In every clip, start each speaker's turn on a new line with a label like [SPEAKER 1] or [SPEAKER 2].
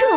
[SPEAKER 1] 各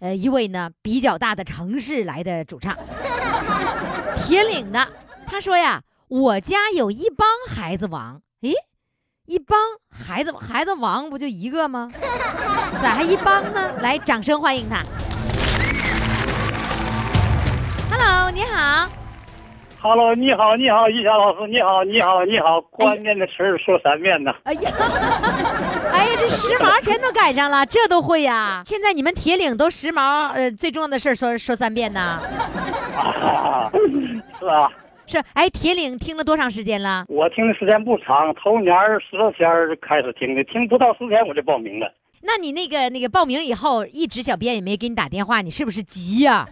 [SPEAKER 1] 呃一位呢比较大的城市来的主唱，铁岭的。他说呀，我家有一帮孩子王。诶，一帮孩子孩子王不就一个吗？咋还一帮呢？来，掌声欢迎他。Hello，你好。
[SPEAKER 2] Hello，你好，你好，于霞老师，你好，你好，你好，关键的词儿说三遍呢。
[SPEAKER 1] 哎呀，哎呀，这时髦全都赶上了， 这都会呀、现在你们铁岭都时髦，呃，最重要的事儿说说三遍呢。
[SPEAKER 2] 啊 是啊，
[SPEAKER 1] 是，哎，铁岭听了多长时间了？
[SPEAKER 2] 我听的时间不长，头年儿十多天儿开始听的，听不到十天我就报名了。
[SPEAKER 1] 那你那个那个报名以后，一直小编也没给你打电话，你是不是急呀、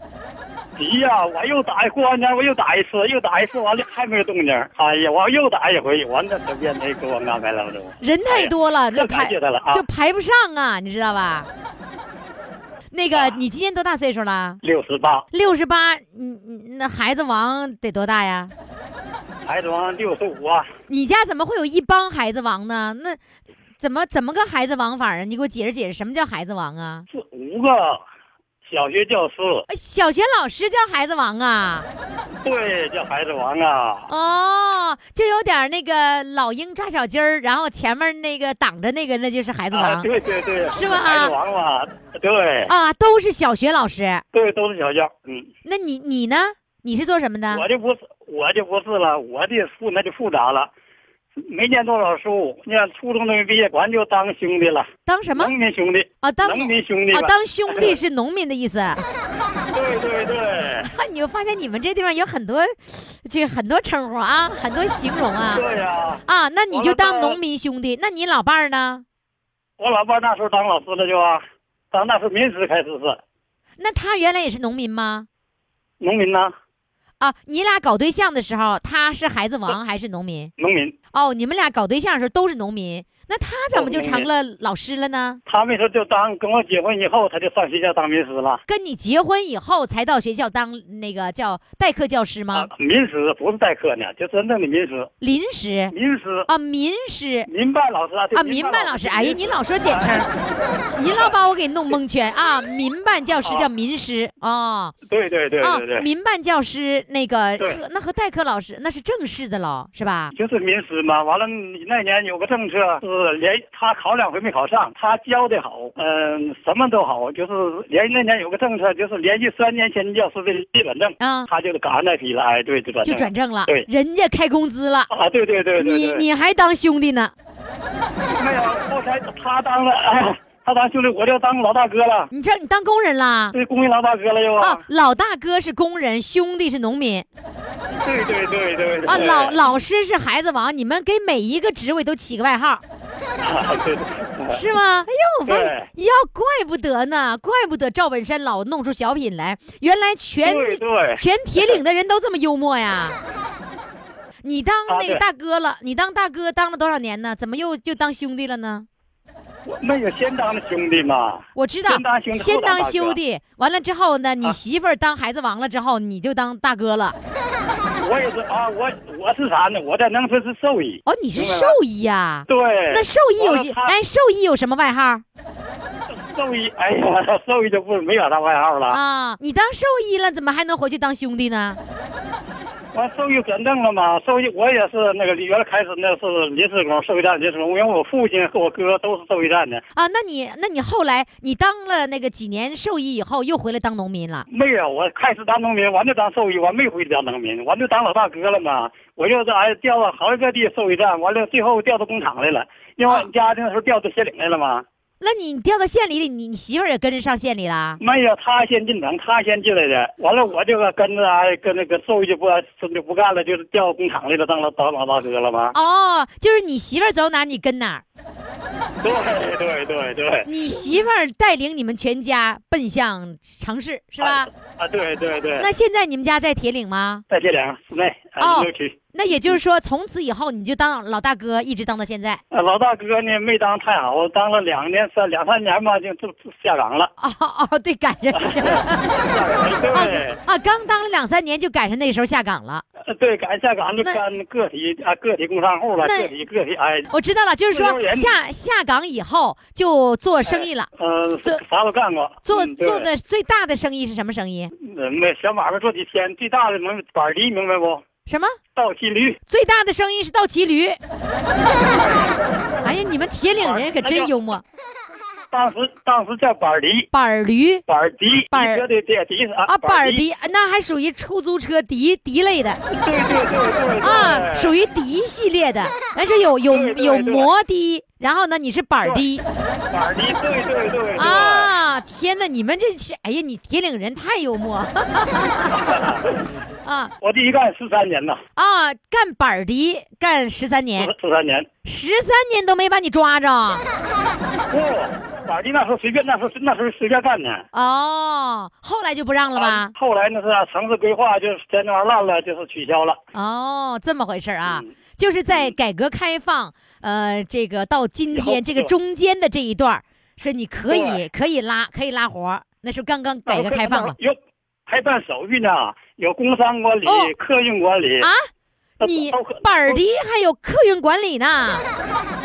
[SPEAKER 2] 急哎呀、我又打，过完年我又打一次，又打一次，完了还没有动静儿。哎呀，我又打一回，完了这变得给我安排了都。
[SPEAKER 1] 人太多了，那
[SPEAKER 2] 这
[SPEAKER 1] 排
[SPEAKER 2] 感谢他了啊
[SPEAKER 1] 就排不上啊，你知道 吧？那个，
[SPEAKER 2] 啊
[SPEAKER 1] 你今年多大岁数了？
[SPEAKER 2] 六十八，
[SPEAKER 1] 六十八，嗯，嗯那孩子王得多大呀？
[SPEAKER 2] 孩子王六十五啊，
[SPEAKER 1] 你家怎么会有一帮孩子王呢？那怎么怎么个孩子王法啊？你给我解释解释，什么叫孩子王啊？
[SPEAKER 2] 是五个小学教师，
[SPEAKER 1] 哎小学老师叫孩子王啊？
[SPEAKER 2] 对，叫孩子王啊。
[SPEAKER 1] 哦，就有点那个老鹰抓小鸡儿，然后前面那个挡着那个，那就是孩子
[SPEAKER 2] 啊，
[SPEAKER 1] 王
[SPEAKER 2] 对对对，
[SPEAKER 1] 是吧
[SPEAKER 2] 孩子王嘛，对
[SPEAKER 1] 啊，都是小学老师。
[SPEAKER 2] 对，都是小教，嗯。
[SPEAKER 1] 那你你呢？你是做什么的？
[SPEAKER 2] 我就不是，我就不是了，我的复那就复杂了，没念多少书，你看初中都没毕业，管就当兄弟了，
[SPEAKER 1] 当什么
[SPEAKER 2] 农民兄弟，
[SPEAKER 1] 啊？当
[SPEAKER 2] 农民兄弟
[SPEAKER 1] 啊
[SPEAKER 2] 吧，，
[SPEAKER 1] 当兄弟是农民的意思。
[SPEAKER 2] 对对对，
[SPEAKER 1] 你就发现你们这地方有很多，这很多称呼啊，很多形容啊
[SPEAKER 2] 对呀、
[SPEAKER 1] 啊。那你
[SPEAKER 2] 完
[SPEAKER 1] 就
[SPEAKER 2] 了
[SPEAKER 1] 当
[SPEAKER 2] 到
[SPEAKER 1] 农民兄弟，那你老伴儿呢？
[SPEAKER 2] 我老伴那时候当老师了就啊，当那时候民职开始是
[SPEAKER 1] 那他原来也是农民吗？
[SPEAKER 2] 农民呐，
[SPEAKER 1] 啊，你俩搞对象的时候，他是孩子王还是农民？
[SPEAKER 2] 农民，
[SPEAKER 1] 哦，你们俩搞对象的时候都是农民，那他怎么就
[SPEAKER 2] 都是
[SPEAKER 1] 成
[SPEAKER 2] 农民
[SPEAKER 1] 了老师了呢？
[SPEAKER 2] 他那时候就当跟我结婚以后，他就上学校当民师了，
[SPEAKER 1] 跟你结婚以后才到学校当那个叫代课教师吗？
[SPEAKER 2] 啊，民师不是代课呢，就真正的民师，
[SPEAKER 1] 临时
[SPEAKER 2] 民师。
[SPEAKER 1] 啊，民师
[SPEAKER 2] 民办老师啊，对
[SPEAKER 1] 啊，民办老师。哎呀，你老说简称
[SPEAKER 2] 哎
[SPEAKER 1] 儿，你老把我给弄蒙圈啊！民办教师
[SPEAKER 2] 啊
[SPEAKER 1] 叫民师啊
[SPEAKER 2] 对对对
[SPEAKER 1] 啊
[SPEAKER 2] 对对，，
[SPEAKER 1] 民办教师那个
[SPEAKER 2] 对
[SPEAKER 1] 和那和代课老师那是正式的喽，是吧？
[SPEAKER 2] 就是民师嘛，完了那年有个政策是连他考两回没考上，他教的好，嗯、什么都好，就是连那年有个政策就是连续三年前教师的基本证，
[SPEAKER 1] 啊，
[SPEAKER 2] 他就是赶上那批了，哎，对，就转
[SPEAKER 1] 就
[SPEAKER 2] 正
[SPEAKER 1] 转正了
[SPEAKER 2] 对，
[SPEAKER 1] 人家开工资了，
[SPEAKER 2] 啊，对对对对
[SPEAKER 1] 你
[SPEAKER 2] 对，
[SPEAKER 1] 你还当兄弟呢？
[SPEAKER 2] 没有后来他当了， 哎、他当兄弟，我就当老大哥了，
[SPEAKER 1] 你这你当工人啦？
[SPEAKER 2] 对，公益老大哥了又
[SPEAKER 1] 啊，老大哥是工人，兄弟是农民
[SPEAKER 2] 对对对对对
[SPEAKER 1] 啊，老老师是孩子王，你们给每一个职位都起个外 号，
[SPEAKER 2] 啊 对对
[SPEAKER 1] 是吗？哎呦，我发现
[SPEAKER 2] 对
[SPEAKER 1] 要怪不得呢，怪不得赵本山老弄出小品来，原来全
[SPEAKER 2] 对对，
[SPEAKER 1] 全铁岭的人都这么幽默 呀。你当
[SPEAKER 2] 啊
[SPEAKER 1] 那
[SPEAKER 2] 对
[SPEAKER 1] 个大哥了，你当大哥当了多少年呢？怎么又又当兄弟了呢？
[SPEAKER 2] 我那有先当的兄弟嘛，
[SPEAKER 1] 我知道
[SPEAKER 2] 先当兄，弟
[SPEAKER 1] 先
[SPEAKER 2] 后当
[SPEAKER 1] 当
[SPEAKER 2] 大哥
[SPEAKER 1] 兄弟，完了之后呢，你
[SPEAKER 2] 啊
[SPEAKER 1] 媳妇儿当孩子王了之后，你就当大哥了。
[SPEAKER 2] 我也是啊，我我是啥呢？我在农村是兽医，
[SPEAKER 1] 哦，你是
[SPEAKER 2] 明白了
[SPEAKER 1] 兽医呀、
[SPEAKER 2] 对，
[SPEAKER 1] 那兽医有
[SPEAKER 2] 完了
[SPEAKER 1] 什
[SPEAKER 2] 他
[SPEAKER 1] 哎，兽医有什么外号
[SPEAKER 2] 兽医，哎呀，兽医就不没法当外号了。
[SPEAKER 1] 啊？你当兽医了，怎么还能回去当兄弟呢？
[SPEAKER 2] 完、兽医转正了嘛，兽医我也是那个原来开始那是临时工，兽医站临时工，因为我父亲和我哥都是兽医站的。
[SPEAKER 1] 啊，那你那你后来你当了那个几年兽医以后，又回来当农民了。
[SPEAKER 2] 没有，我开始当农民，完就当兽医，完没回去当农民，完就当老大哥了嘛。我就是哎调到好几个地兽医站，完了最后调到工厂来了，因为
[SPEAKER 1] 啊
[SPEAKER 2] 俺家那时候调到县岭来了嘛。
[SPEAKER 1] 那你调到县里里，你你媳妇儿也跟着上县里啦？
[SPEAKER 2] 没有，他先进城，他先进来的。完了，我这个跟着哎跟那个兽医就不就不干了，就是调工厂来了，当老当老大哥了嘛。
[SPEAKER 1] 哦，就是你媳妇儿走哪儿，你跟哪儿。
[SPEAKER 2] 对对对对，
[SPEAKER 1] 你媳妇儿带领你们全家奔向城市，是吧？
[SPEAKER 2] 啊对对对，
[SPEAKER 1] 那现在你们家在铁岭吗？
[SPEAKER 2] 在这两市内啊
[SPEAKER 1] 哦
[SPEAKER 2] 六区。
[SPEAKER 1] 那也就是说，从此以后你就当老大哥，一直当到现在。
[SPEAKER 2] 呃，老大哥呢没当太好，当了两年三两三年吧，就就就下岗 了。
[SPEAKER 1] 哦哦，对，赶上
[SPEAKER 2] 下岗了对
[SPEAKER 1] 啊啊，刚当了两三年就赶上那时候下岗了。
[SPEAKER 2] 呃对，赶下岗就
[SPEAKER 1] 那
[SPEAKER 2] 干个体啊个体工商户了，
[SPEAKER 1] 那
[SPEAKER 2] 个体个体哎，
[SPEAKER 1] 我知道了，就是
[SPEAKER 2] 做
[SPEAKER 1] 说
[SPEAKER 2] 幼儿园
[SPEAKER 1] 下下岗以后就做生意了，
[SPEAKER 2] 呃
[SPEAKER 1] 做
[SPEAKER 2] 啥都干过，
[SPEAKER 1] 做
[SPEAKER 2] 嗯对
[SPEAKER 1] 做的最大的生意是什么生意？
[SPEAKER 2] 呃没小买卖做几天，最大的门板儿梨明白不？
[SPEAKER 1] 什么？
[SPEAKER 2] 倒骑驴，
[SPEAKER 1] 最大的生意是倒 骑驴。哎呀，你们铁岭人可真幽默，
[SPEAKER 2] 当时当时叫板儿梨，
[SPEAKER 1] 板儿驴
[SPEAKER 2] 板儿迪，
[SPEAKER 1] 板儿
[SPEAKER 2] 迪车的的迪是啊
[SPEAKER 1] 啊，板儿
[SPEAKER 2] 迪，
[SPEAKER 1] 迪，那还属于出租车迪迪类的
[SPEAKER 2] 对对对对对
[SPEAKER 1] 啊，属于迪系列 的，但是有有
[SPEAKER 2] 对对
[SPEAKER 1] 有
[SPEAKER 2] 对
[SPEAKER 1] 摩的，然后呢，你是板儿迪
[SPEAKER 2] 板儿迪，对对对 对
[SPEAKER 1] 啊！天哪，你们这是哎呀，你铁岭人太幽默 啊！
[SPEAKER 2] 我第一干十三年呐，
[SPEAKER 1] 啊，干板儿的干十三年，
[SPEAKER 2] 十三年。
[SPEAKER 1] 十三年都没把你 抓着。
[SPEAKER 2] 不，板儿地那时候随便，那时候那时候随便干呢。
[SPEAKER 1] 哦，后来就不让了吧？
[SPEAKER 2] 后来那是、啊、城市规划，就是嫌那玩意儿烂了，就是取消了。
[SPEAKER 1] 哦，这么回事儿啊，
[SPEAKER 2] 嗯
[SPEAKER 1] 就是在改革开放，呃，这个到今
[SPEAKER 2] 以后
[SPEAKER 1] 天这个
[SPEAKER 2] 对
[SPEAKER 1] 中间的这一段儿，是你可以
[SPEAKER 2] 对
[SPEAKER 1] 可以拉可以拉活儿，那是刚刚改革开放了。
[SPEAKER 2] 有还办手续呢，有工商管理、
[SPEAKER 1] 哦
[SPEAKER 2] 客运管理
[SPEAKER 1] 啊
[SPEAKER 2] 那
[SPEAKER 1] 你
[SPEAKER 2] 都可
[SPEAKER 1] 板儿的还有客运管理呢。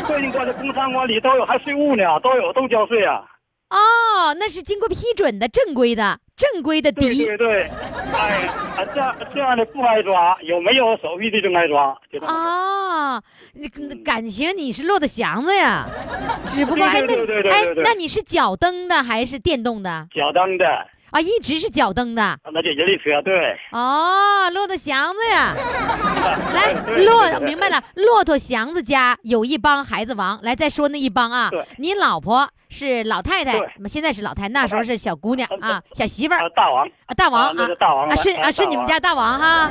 [SPEAKER 2] 客运管理、工商管理都有，还税务呢，都有都交税啊。
[SPEAKER 1] 哦，那是经过批准的正规的正规的
[SPEAKER 2] 对
[SPEAKER 1] 迪
[SPEAKER 2] 对对，哎呀，啊这样这样的不挨抓，有没有手续的就挨抓，就这么回事。
[SPEAKER 1] 啊，你
[SPEAKER 2] 嗯
[SPEAKER 1] 感情你是落的祥子呀，只不过哎，
[SPEAKER 2] 对
[SPEAKER 1] 那
[SPEAKER 2] 对对对
[SPEAKER 1] 哎
[SPEAKER 2] 对，对
[SPEAKER 1] 那你是脚蹬的还是电动的
[SPEAKER 2] 脚蹬的，
[SPEAKER 1] 啊？一直是脚蹬的
[SPEAKER 2] 那就人力车，对，
[SPEAKER 1] 哦，骆驼祥子呀，来
[SPEAKER 2] 对对对
[SPEAKER 1] 骆，
[SPEAKER 2] 对
[SPEAKER 1] 明白了，骆驼祥子家有一帮孩子王，来再说那一帮啊
[SPEAKER 2] 对，
[SPEAKER 1] 你老婆是老太太
[SPEAKER 2] 对，
[SPEAKER 1] 现在是老太太，那时候是小姑娘啊，小媳妇
[SPEAKER 2] 啊
[SPEAKER 1] 儿，
[SPEAKER 2] 大王，
[SPEAKER 1] 啊大王
[SPEAKER 2] 啊那
[SPEAKER 1] 啊
[SPEAKER 2] 个大王
[SPEAKER 1] 啊是
[SPEAKER 2] 来
[SPEAKER 1] 啊
[SPEAKER 2] 啊
[SPEAKER 1] 是你
[SPEAKER 2] 大
[SPEAKER 1] 们
[SPEAKER 2] 王
[SPEAKER 1] 家大王哈。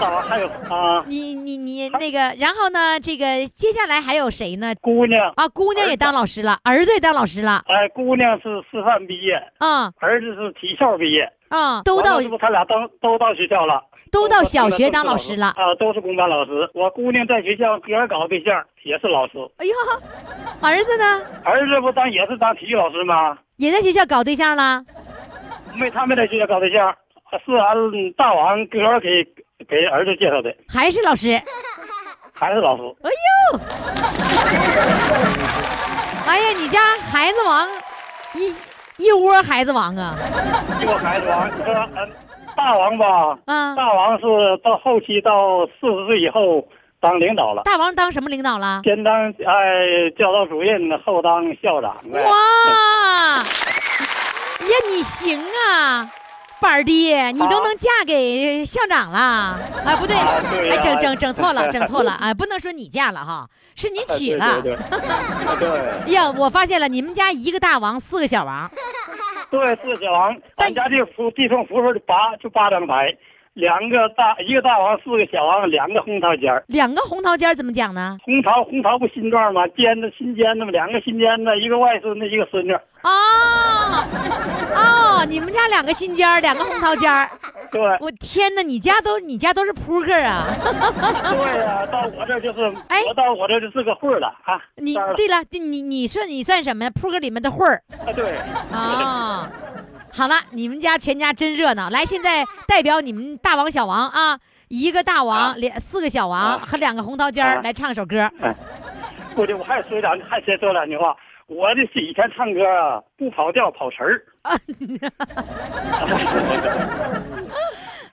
[SPEAKER 2] 大王还有啊
[SPEAKER 1] 你你你那个，然后呢？这个接下来还有谁呢？
[SPEAKER 2] 姑娘，
[SPEAKER 1] 啊，姑娘也当老师了，儿子也当老师了，
[SPEAKER 2] 哎姑娘是师范毕业，
[SPEAKER 1] 啊、
[SPEAKER 2] 儿子是体校毕业，
[SPEAKER 1] 啊、都
[SPEAKER 2] 完了
[SPEAKER 1] 到
[SPEAKER 2] 之后他俩都都到学校了，
[SPEAKER 1] 都到小学当老师了。
[SPEAKER 2] 啊，都是公办老师。我姑娘在学校个人搞对象，也是老师，
[SPEAKER 1] 哎呦，儿子呢
[SPEAKER 2] 儿子不当也是当体育老师吗？
[SPEAKER 1] 也在学校搞对象了，
[SPEAKER 2] 没，他没在学校搞对象，是俺大王个人给给儿子介绍的，
[SPEAKER 1] 还是老师。
[SPEAKER 2] 还是老师。
[SPEAKER 1] 哎呦， 哎呀，你家孩子王，一一窝孩子王啊！
[SPEAKER 2] 结果孩子王，你说嗯，大王吧，
[SPEAKER 1] 嗯
[SPEAKER 2] 大王是到后期到四十岁以后当领导了。
[SPEAKER 1] 大王当什么领导了？
[SPEAKER 2] 先当哎教导主任，后当校长呗。
[SPEAKER 1] 哇，呀，你行啊，板儿爹，你都能嫁给校长了？哎，不对，
[SPEAKER 2] 啊对呀
[SPEAKER 1] 哎，整整整错了，整 错了，哎，不能说你嫁了哈，是你
[SPEAKER 2] 哎
[SPEAKER 1] 娶了。
[SPEAKER 2] 对对对， 对。
[SPEAKER 1] 哎呀，我发现了，你们家一个大王，四个小王，
[SPEAKER 2] 对，是小王，
[SPEAKER 1] 但
[SPEAKER 2] 俺家这福地缝福分就八就八张牌，两个大一个大王，四个小王，两个红桃尖儿。
[SPEAKER 1] 两个红桃尖儿怎么讲呢？
[SPEAKER 2] 红桃红桃不新状吗？尖子新尖子嘛，两个新尖子，一个外孙子，一个孙女。
[SPEAKER 1] 哦，哦，你们家两个心尖儿，两个红桃尖儿，
[SPEAKER 2] 对，
[SPEAKER 1] 我天哪，你家都你家都是扑克啊！
[SPEAKER 2] 对呀、到我这儿就是，
[SPEAKER 1] 哎
[SPEAKER 2] 我到我这儿就是个混儿了啊。
[SPEAKER 1] 你
[SPEAKER 2] 当然了
[SPEAKER 1] 对了，你你说你算什么呀？扑克里面的混儿。
[SPEAKER 2] 啊，对，
[SPEAKER 1] 啊，好了，你们家全家真热闹。来，现在代表你们大王、小王啊，一个大
[SPEAKER 2] 啊
[SPEAKER 1] 王，两、四个小王、
[SPEAKER 2] 啊
[SPEAKER 1] 和两个红桃尖儿、
[SPEAKER 2] 啊
[SPEAKER 1] 来唱首歌。
[SPEAKER 2] 我这我还说两句，还先说两句话。我这是以前唱歌啊，不跑调跑词儿，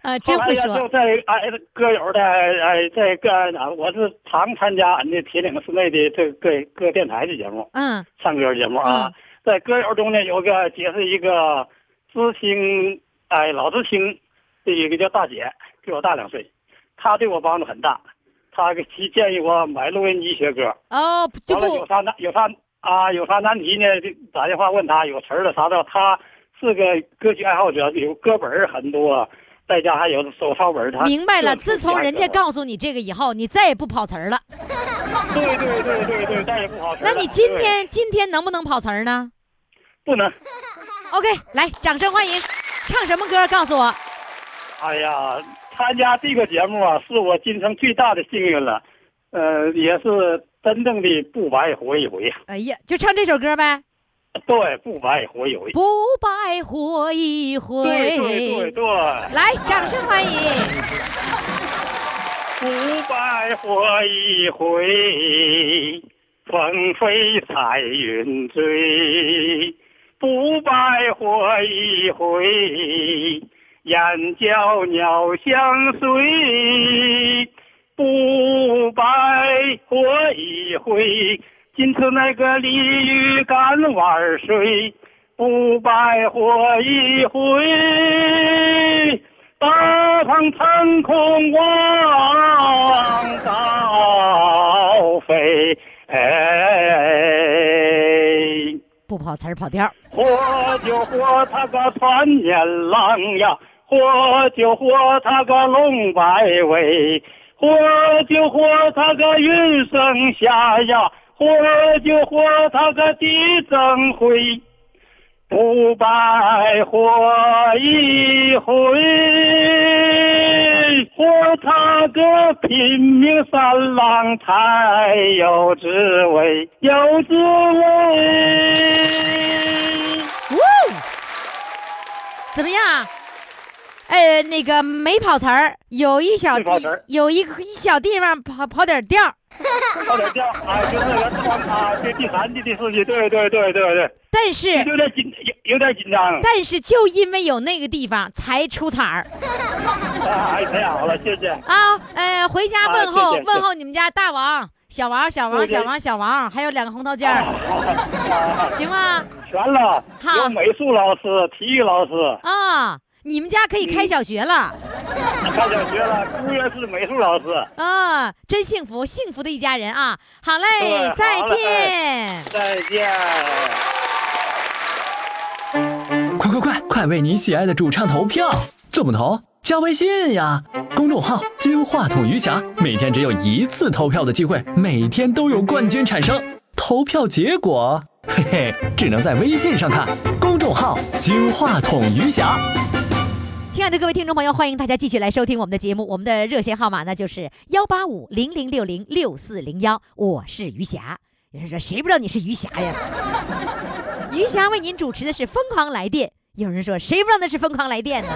[SPEAKER 1] 啊，真
[SPEAKER 2] 后来
[SPEAKER 1] 会
[SPEAKER 2] 呀就
[SPEAKER 1] 说
[SPEAKER 2] 在哎歌友的哎在各啊，我是常参加俺这铁岭市内的这各各电台的节目。
[SPEAKER 1] 嗯，
[SPEAKER 2] 唱歌节目啊，
[SPEAKER 1] 嗯
[SPEAKER 2] 在歌友中呢有个姐是一个知青，哎，老知青的一个叫大姐，比我大两岁，她对我帮助很大，她给提建议我买录音机学歌，
[SPEAKER 1] 哦，就
[SPEAKER 2] 完了有
[SPEAKER 1] 不
[SPEAKER 2] 啥难有啥啊有啥难题呢，就打电话问她有词儿了啥的，她是个歌曲爱好者，有歌本儿很多，在家还有手抄本儿，她
[SPEAKER 1] 明白了。
[SPEAKER 2] 各种
[SPEAKER 1] 自从人家
[SPEAKER 2] 写歌
[SPEAKER 1] 告诉你这个以后，你再也不跑词儿了。
[SPEAKER 2] 对对对对对对，再也不跑词儿
[SPEAKER 1] 那
[SPEAKER 2] 了。
[SPEAKER 1] 你今
[SPEAKER 2] 对
[SPEAKER 1] 天今天能不能跑词儿呢
[SPEAKER 2] 不能？
[SPEAKER 1] ？OK，来，掌声欢迎，唱什么歌？告诉我。
[SPEAKER 2] 哎呀，参加这个节目啊，是我今生最大的幸运了，呃，也是真正的不白活一回呀。
[SPEAKER 1] 哎呀，就唱这首歌呗。
[SPEAKER 2] 对，不白活一回。
[SPEAKER 1] 不白活一回。
[SPEAKER 2] 对对对对，
[SPEAKER 1] 来，掌声欢迎。
[SPEAKER 2] 不白活一回，风飞彩云追。不白活一回，燕叫鸟相随。不白活一回，今次那个鲤鱼赶碗水，不白活一回，大鹏腾空往高飞。哎
[SPEAKER 1] 不跑词儿，跑调儿。
[SPEAKER 2] 活就活他个穿年郎呀，活就活他个龙摆尾，活就活他个云生霞呀，活就活他个地震辉，不白活一回，活他个拼命三郎才有滋味，有滋味。
[SPEAKER 1] 呜，怎么样？呃，那个没跑词儿，有一小
[SPEAKER 2] 没跑词儿
[SPEAKER 1] 有一个一小地方跑跑点儿调儿，
[SPEAKER 2] 到点调啊，就是原创啊，这第三季、第四季，对对对对对，
[SPEAKER 1] 但是
[SPEAKER 2] 有点紧，有有点紧张。啊
[SPEAKER 1] 但是就因为有那个地方才出彩儿
[SPEAKER 2] 哎，太好了，谢谢。
[SPEAKER 1] 啊！呃，回家问候、
[SPEAKER 2] 啊谢谢
[SPEAKER 1] 问候你们家大王、小王、小王、
[SPEAKER 2] 对对
[SPEAKER 1] 小王、小王，还有两个红桃尖儿，
[SPEAKER 2] 啊，
[SPEAKER 1] 行吗？
[SPEAKER 2] 全了，有美术老师、体育老师，
[SPEAKER 1] 啊，你们家可以开小学了、
[SPEAKER 2] 上小学了，姑爷是美术老师。嗯
[SPEAKER 1] 啊！真幸福，幸福的一家人啊！好嘞
[SPEAKER 2] 对，
[SPEAKER 1] 再
[SPEAKER 2] 嗯好嘞
[SPEAKER 1] 见。
[SPEAKER 2] 再见。
[SPEAKER 3] 快快快，快为你喜爱的主唱投票！怎么投？加微信呀，公众号“金话筒余霞”，每天只有一次投票的机会，每天都有冠军产生。投票结果，嘿嘿，只能在微信上看。公众号“金话筒余霞”。
[SPEAKER 1] 亲爱的各位听众朋友，欢迎大家继续来收听我们的节目。我们的热线号码呢就是幺八五零零六零六四零幺，我是余霞。有人说谁不知道你是余霞呀？余霞为您主持的是《疯狂来电》。有人说谁不知道那是《疯狂来电》呢？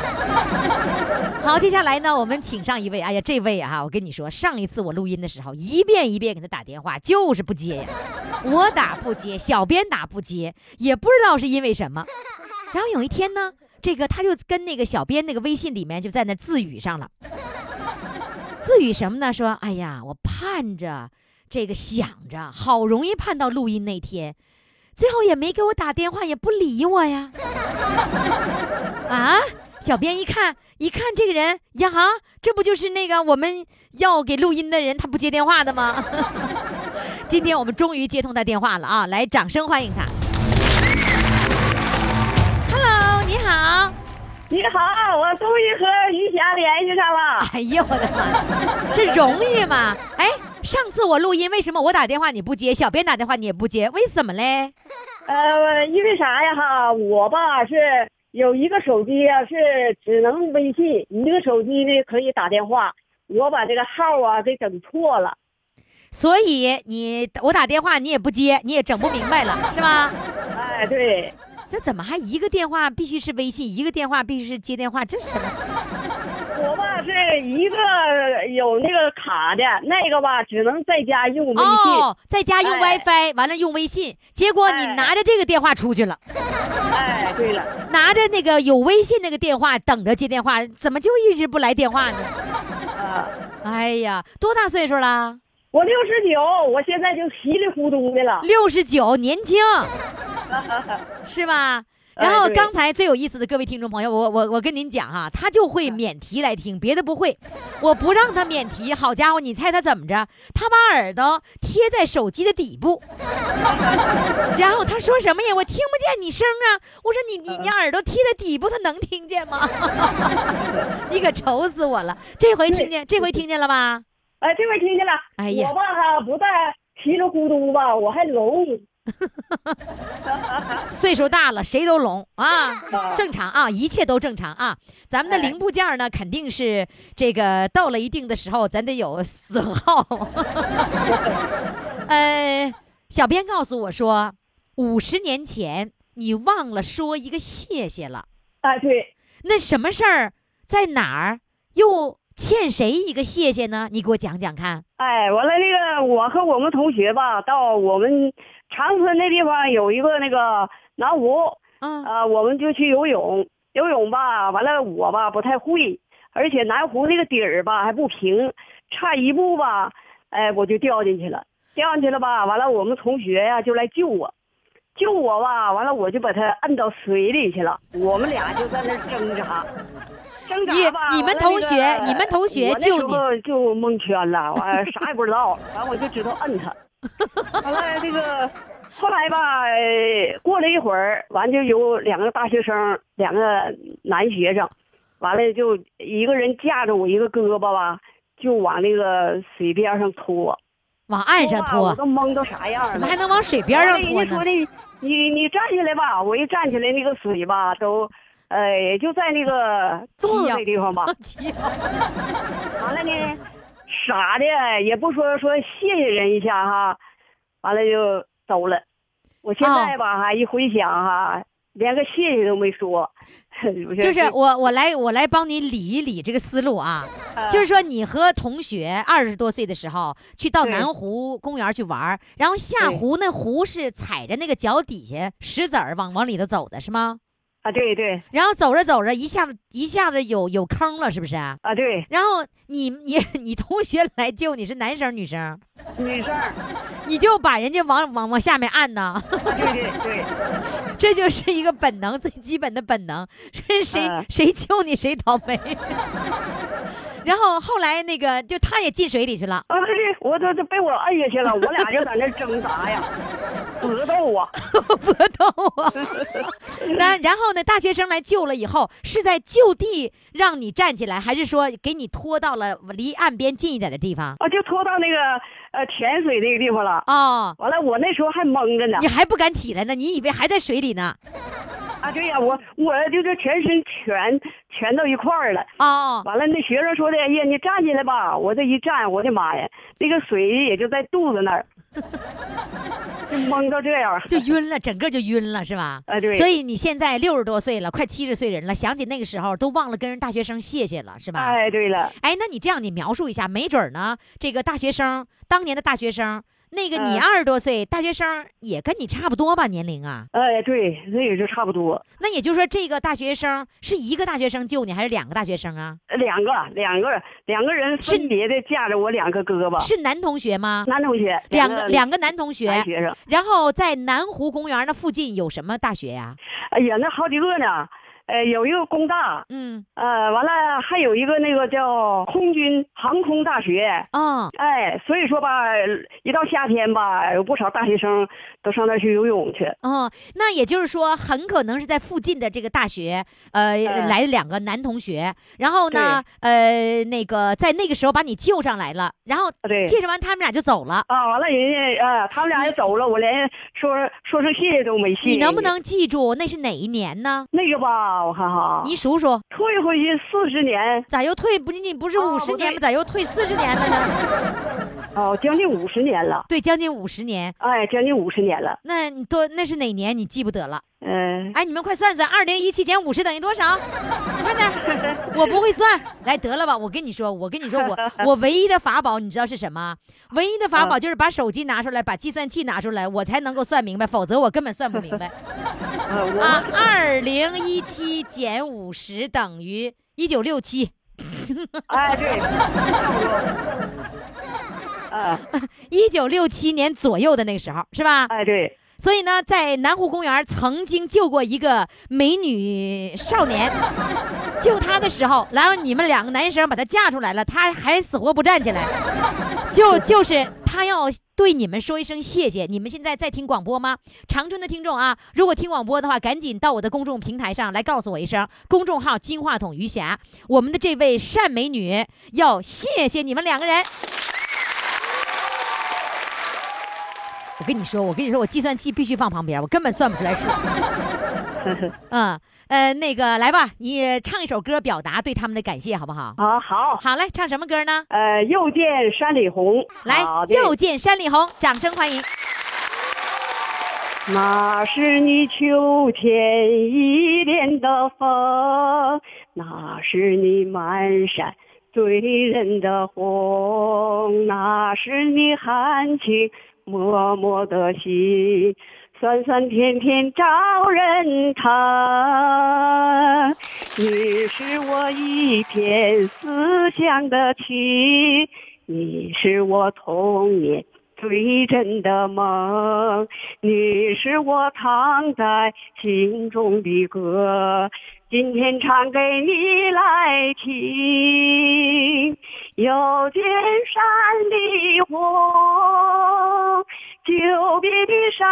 [SPEAKER 1] 好，接下来呢，我们请上一位。哎呀，这位啊，我跟你说，上一次我录音的时候，一遍一遍给他打电话，就是不接呀。我打不接，小编打不接，也不知道是因为什么。然后有一天呢，这个他就跟那个小编那个微信里面就在那自语上了，自语什么呢？说哎呀，我盼着这个想着，好容易盼到录音那天，最后也没给我打电话，也不理我呀。 啊，小编一看一看这个人呀哈，这不就是那个我们要给录音的人，他不接电话的吗？ 今天我们终于接通他电话了啊！来，掌声欢迎他。Hello，你好。
[SPEAKER 4] 你好，我终于和于霞联系上了。
[SPEAKER 1] 哎呀，我的妈，这容易吗？哎，上次我录音，为什么我打电话你不接，小编打电话你也不接，为什么嘞？
[SPEAKER 4] 呃，因为啥呀哈，我吧是有一个手机呀、是只能微信，一个手机呢可以打电话。我把这个号啊给整错了。
[SPEAKER 1] 所以你我打电话你也不接，你也整不明白了，是吧？
[SPEAKER 4] 哎，对，
[SPEAKER 1] 这怎么还一个电话必须是微信，一个电话必须是接电话？这什么？
[SPEAKER 4] 我吧是一个有那个卡的，那个吧只能在家用微信。
[SPEAKER 1] 哦，在家用
[SPEAKER 4] 哎
[SPEAKER 1] WiFi，完了用微信，结果你
[SPEAKER 4] 哎
[SPEAKER 1] 拿着这个电话出去了，
[SPEAKER 4] 哎，对了，
[SPEAKER 1] 拿着那个有微信那个电话等着接电话，怎么就一直不来电话呢？
[SPEAKER 4] 啊、
[SPEAKER 1] 哎呀，多大岁数啦？
[SPEAKER 4] 我六十九，我现在就稀里糊涂的了。
[SPEAKER 1] 六十九，年 轻，是吧？
[SPEAKER 4] 哎
[SPEAKER 1] 然后
[SPEAKER 4] 对
[SPEAKER 1] 刚才最有意思的各位听众朋友，我我我跟您讲哈、啊他就会免提来听，别的不会。我不让他免提，好家伙，你猜他怎么着？他把耳朵贴在手机的 底部，然后他说什么呀？我听不见你声啊！我说你你
[SPEAKER 4] 嗯
[SPEAKER 1] 你耳朵贴在底部，他能听见吗？ 你可愁死我了！这回听见，这回听见了吧？
[SPEAKER 4] 哎，这回听见了。
[SPEAKER 1] 哎呀
[SPEAKER 4] 我吧哈不在
[SPEAKER 2] 稀里咕嘟吧，我还聋。
[SPEAKER 1] 岁数大了，谁都聋啊，
[SPEAKER 2] 啊
[SPEAKER 1] 正常啊，一切都正常啊。咱们的
[SPEAKER 2] 哎
[SPEAKER 1] 零部件呢，肯定是这个到了一定的时候，咱得有损耗。 呃，小编告诉我说，五十年前你忘了说一个谢谢了，
[SPEAKER 2] 啊，对，
[SPEAKER 1] 那什么事儿，在哪儿，又欠谁一个谢谢呢？你给我讲讲看。
[SPEAKER 2] 哎，完了那个我和我们同学吧，到我们长春那地方有一个那个南湖，
[SPEAKER 1] 嗯
[SPEAKER 2] 啊，我们就去游泳，游泳吧，完了我吧不太会，而且南湖那个底儿吧还不平，差一步吧，哎，我就掉进去了，掉进去了吧，完了我们同学呀、就来救我，救我吧，完了我就把他摁到水里去了，我们俩就在那儿挣扎。挣扎吧
[SPEAKER 1] 你你们同学
[SPEAKER 2] 完了那个
[SPEAKER 1] 你们同学
[SPEAKER 2] 我那
[SPEAKER 1] 救
[SPEAKER 2] 时
[SPEAKER 1] 你
[SPEAKER 2] 候就蒙圈了，完了啥也不知道，完我就知道摁他，完了这个后来吧，呃过了一会儿，完就有两个大学生，两个男学生，完了就一个人架着我一个胳膊吧，就往那个水边上拖，
[SPEAKER 1] 往岸上
[SPEAKER 2] 拖吧我都
[SPEAKER 1] 拖，
[SPEAKER 2] 懵都啥样了，
[SPEAKER 1] 怎么还能往水边上拖
[SPEAKER 2] 人家说？
[SPEAKER 1] 呢
[SPEAKER 2] 的，你你站起来吧，我一站起来，那个水吧都。呃，也就在那个肚子那地方吧。
[SPEAKER 1] 急
[SPEAKER 2] 完了呢，傻的也不说说谢谢人一下哈，完了就走了。我现在吧
[SPEAKER 1] 哦
[SPEAKER 2] 哈，一回想哈，连个谢谢都没说， 我觉得
[SPEAKER 1] 就是
[SPEAKER 2] 这
[SPEAKER 1] 我我来我来帮你理一理这个思 路啊，
[SPEAKER 2] 呃
[SPEAKER 1] 就是说你和同学二十多岁的时候去到
[SPEAKER 2] 对
[SPEAKER 1] 南湖公园去玩儿，然后下
[SPEAKER 2] 对
[SPEAKER 1] 湖那湖是踩着那个脚底下石子儿往往里头走的是吗？
[SPEAKER 2] 啊，对对
[SPEAKER 1] 然后走着走着一下子一下子有有坑了是不是？
[SPEAKER 2] 啊对，
[SPEAKER 1] 然后你你 你同学来救你是男生女生，
[SPEAKER 2] 女生儿，
[SPEAKER 1] 你就把人家往往往下面按呢，
[SPEAKER 2] 啊对对对，
[SPEAKER 1] 这就是一个本能最基本的本能，是谁、
[SPEAKER 2] 嗯
[SPEAKER 1] 谁救你谁倒霉。 然后后来那个就他也进水里去了，
[SPEAKER 2] 啊对，我都都被我摁下去了，我俩就在那挣扎呀，搏斗啊，
[SPEAKER 1] 搏斗啊。 那然后呢，大学生来救了以后，是在就地让你站起来，还是说给你拖到了离岸边近一点的地方？
[SPEAKER 2] 啊就拖到那个呃潜水那个地方了。
[SPEAKER 1] 哦，
[SPEAKER 2] 完了，我那时候还蒙着呢
[SPEAKER 1] 你。还不敢起来呢，你以为还在水里呢？
[SPEAKER 2] 啊，对呀、我我就是全身全全到一块儿了。
[SPEAKER 1] 哦，
[SPEAKER 2] 完了，那学生说的，哎呀，你站起来吧！我这一站，我的妈呀，那个水也就在肚子那儿，就蒙到这样。
[SPEAKER 1] 就晕了，整个就晕了，是吧？
[SPEAKER 2] 啊，对，
[SPEAKER 1] 所以你现在六十多岁了，快七十岁人了，想起那个时候都忘了跟人大学生谢谢了，是吧？
[SPEAKER 2] 哎，对了，
[SPEAKER 1] 哎，那你这样，你描述一下，没准儿呢，这个大学生，当年的大学生，那个你
[SPEAKER 2] 嗯
[SPEAKER 1] 二十多岁，大学生也跟你差不多吧，年龄啊？
[SPEAKER 2] 哎，对，那也就差不多，
[SPEAKER 1] 那也就是说，这个大学生是一个大学生救你，还是两个大学生啊？
[SPEAKER 2] 两个两个两个人
[SPEAKER 1] 是
[SPEAKER 2] 分别的架着我两个胳膊，
[SPEAKER 1] 是男同学吗？
[SPEAKER 2] 男同学，
[SPEAKER 1] 两
[SPEAKER 2] 哦嗯个
[SPEAKER 1] 个两个男同
[SPEAKER 2] 男
[SPEAKER 1] 学，
[SPEAKER 2] 学生，
[SPEAKER 1] 然后在南湖公园那附近有什么大学呀、
[SPEAKER 2] 哎呀，那好几个呢，呃，有一个工大，
[SPEAKER 1] 嗯，
[SPEAKER 2] 呃，完了还有一个那个叫空军航空大学，
[SPEAKER 1] 哦，
[SPEAKER 2] 哎，所以说吧，一到夏天吧，有不少大学生都上那儿去游泳去。
[SPEAKER 1] 哦，那也就是说，很可能是在附近的这个大学，呃，
[SPEAKER 2] 嗯
[SPEAKER 1] 来两个男同学，然后呢，呃，那个在那个时候把你救上来了，然后
[SPEAKER 2] 啊对，
[SPEAKER 1] 介绍完他们俩就走了。
[SPEAKER 2] 啊，完了人家啊，他们俩也走了，我连说说声谢谢都没谢。
[SPEAKER 1] 你能不？能记住那是哪一年呢？
[SPEAKER 2] 那个吧，我看哈，
[SPEAKER 1] 你数数，
[SPEAKER 2] 退回去四十年
[SPEAKER 1] 咋又退？不是你不是
[SPEAKER 2] 哦
[SPEAKER 1] 五十
[SPEAKER 2] 不
[SPEAKER 1] 年吗？
[SPEAKER 2] 对
[SPEAKER 1] 咋又退四十年了呢？
[SPEAKER 2] 哦，将近五十年了，
[SPEAKER 1] 对，将近五十年。
[SPEAKER 2] 哎，将近五十年了。
[SPEAKER 1] 那你多那是哪年？你记不得了。
[SPEAKER 2] 嗯、
[SPEAKER 1] 哎，你们快算算，二零一七减五十等于多少？快点，我不会算，来得了吧？我跟你说，我跟你说，我我唯一的法宝，你知道是什么？唯一的法宝就是把手机拿出来，把计算器拿出来，我才能够算明白，否则我根本算不明白
[SPEAKER 2] 呃，我
[SPEAKER 1] 啊！二零一七减五十等于一九六七，
[SPEAKER 2] 哎对，差不多。啊，
[SPEAKER 1] 一九六七年左右的那个时候，是吧？
[SPEAKER 2] 哎对，
[SPEAKER 1] 所以呢，在南湖公园曾经救过一个美女少年，救她的时候，然后你们两个男生把她架出来了，她还死活不站起来，就就是她要对你们说一声谢谢。你们现在在听广播吗？长春的听众啊，如果听广播的话，赶紧到我的公众平台上来告诉我一声，公众号“金话筒余霞”，我们的这位善美女要谢谢你们两个人。我跟你说，我跟你说，我计算器必须放旁边，我根本算不 出来数。嗯，呃，那个来吧，你唱一首歌表达对他们的感谢，好不好？
[SPEAKER 2] 啊，好，
[SPEAKER 1] 好嘞，唱什么歌呢？
[SPEAKER 2] 呃，又见山里红，
[SPEAKER 1] 来
[SPEAKER 2] 好，的哦
[SPEAKER 1] 又见山里红，掌声欢迎。
[SPEAKER 2] 那是你秋天一脸的风，那是你满山醉人的红，那是你含情脉脉的心，酸酸甜甜招人疼。你是我一片思乡的情，你是我童年最真的梦，你是我藏在心中的歌，今天唱给你来听。又见山里红，久别的山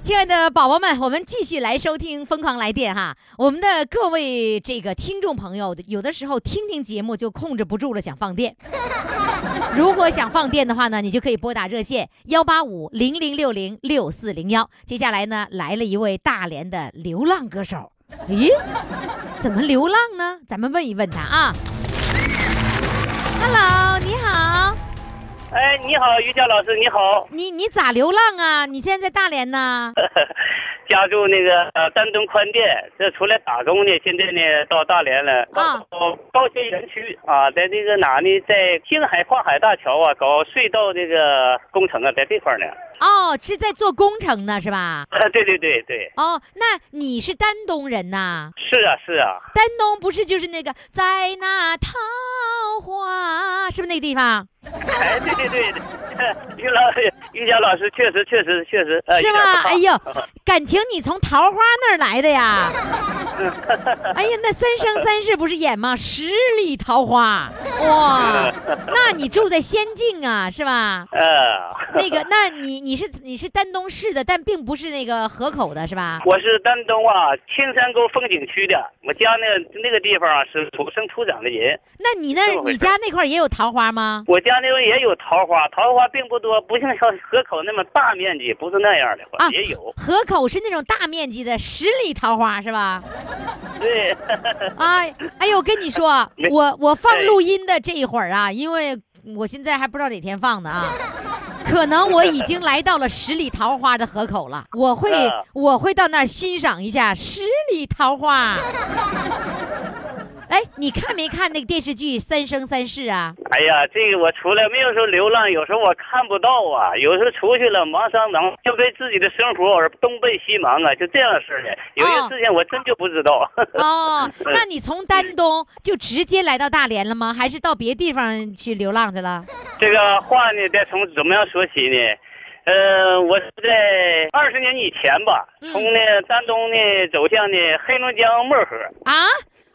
[SPEAKER 1] 亲爱的宝宝们，我们继续来收听《疯狂来电》哈。我们的各位这个听众朋友，有的时候听听节目就控制不住了，想放电。 如果想放电的话呢，你就可以拨打热线幺八五零零六零六四零幺。接下来呢，来了一位大连的流浪歌手。咦，怎么流浪呢？咱们问一问他啊。Hello，你好，
[SPEAKER 5] 哎，你好，于佳老师，你好，
[SPEAKER 1] 你你咋流浪啊？你现在在大连呢？
[SPEAKER 5] 家住那个呃丹东宽甸，这出来打工呢，现在呢到大连了，
[SPEAKER 1] 啊
[SPEAKER 5] 到高新园区啊，在那个哪呢，在青海跨海大桥啊，搞隧道这个工程啊，在这块儿呢。
[SPEAKER 1] 哦，是在做工程呢，是吧？
[SPEAKER 5] 啊，对对对对，
[SPEAKER 1] 哦，那你是丹东人呐？
[SPEAKER 5] 是啊是啊，
[SPEAKER 1] 丹东不是就是那个在那桃花，是不是那个地方？
[SPEAKER 6] 哎，对对对， 于老于江老师确实确实确实，呃、
[SPEAKER 1] 是
[SPEAKER 6] 有点不
[SPEAKER 1] 吧？
[SPEAKER 6] 错
[SPEAKER 1] 哎呦， 感情你从桃花那儿来的呀？哎呀，那三生三世不是演吗？十里桃花， 哇，那你住在仙境啊，是吧？
[SPEAKER 6] 呃，
[SPEAKER 1] 那个，那你你是你是丹东市的，但并不是那个河口的，是吧？
[SPEAKER 6] 我是丹东啊青山沟风景区的，我家那个那个地方啊是土生土长的人，
[SPEAKER 1] 那你那
[SPEAKER 6] 这么回
[SPEAKER 1] 你
[SPEAKER 6] 事
[SPEAKER 1] 家那块儿也有桃花吗？
[SPEAKER 6] 我家那边也有桃花，桃花并不多，不像小河口那么大面积，不是那样的，
[SPEAKER 1] 啊
[SPEAKER 6] 也有，
[SPEAKER 1] 河口是那种大面积的十里桃花是吧？
[SPEAKER 6] 对，
[SPEAKER 1] 啊，哎呦，我跟你说
[SPEAKER 6] 没，
[SPEAKER 1] 我我放
[SPEAKER 6] 哎
[SPEAKER 1] 录音的这一会儿啊，因为我现在还不知道哪天放的啊，可能我已经来到了十里桃花的河口了，我会
[SPEAKER 6] 啊
[SPEAKER 1] 我会到那儿欣赏一下十里桃花。 哎，你看没看那个电视剧《三生三世》 啊？
[SPEAKER 6] 哎呀，这个我出来没有时候流浪，有时候我看不到啊，有时候出去了忙上忙，就对自己的生活而东奔西忙啊，就这样式的。有些事情我真就不知道。
[SPEAKER 1] 哦，那你从丹东就直接来到大连了吗？还是到别地方去流浪去了？
[SPEAKER 6] 这个话呢，得从怎么样说起呢？呃，我是在二十年以前吧，
[SPEAKER 1] 嗯
[SPEAKER 6] 从呢丹东呢走向呢黑龙江漠河。
[SPEAKER 1] 啊，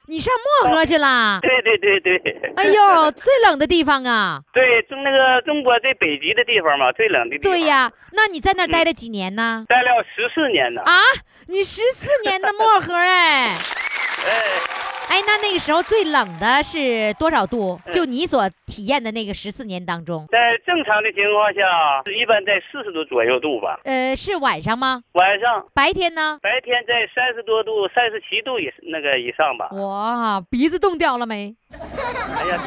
[SPEAKER 1] 你上漠河去啦？
[SPEAKER 6] 对对对对。
[SPEAKER 1] 哎呦，最冷的地方啊！
[SPEAKER 6] 对，中那个中国最北极的地方嘛，最冷的地方。
[SPEAKER 1] 对呀，那你在那儿待了几年呢？
[SPEAKER 6] 待了十四年呢。
[SPEAKER 1] 啊，你十四年的漠河哎，
[SPEAKER 6] 哎。
[SPEAKER 1] 哎，那那个时候最冷的是多少度？
[SPEAKER 6] 嗯
[SPEAKER 1] 就你所体验的那个十四年当中，
[SPEAKER 6] 在正常的情况下，一般在四十度左右度吧。
[SPEAKER 1] 呃，是晚上吗？
[SPEAKER 6] 晚上、
[SPEAKER 1] 白天呢？
[SPEAKER 6] 白天在三十多度、三十七度以那个以上吧。
[SPEAKER 1] 哇，鼻子冻掉了没？
[SPEAKER 6] 哎呀，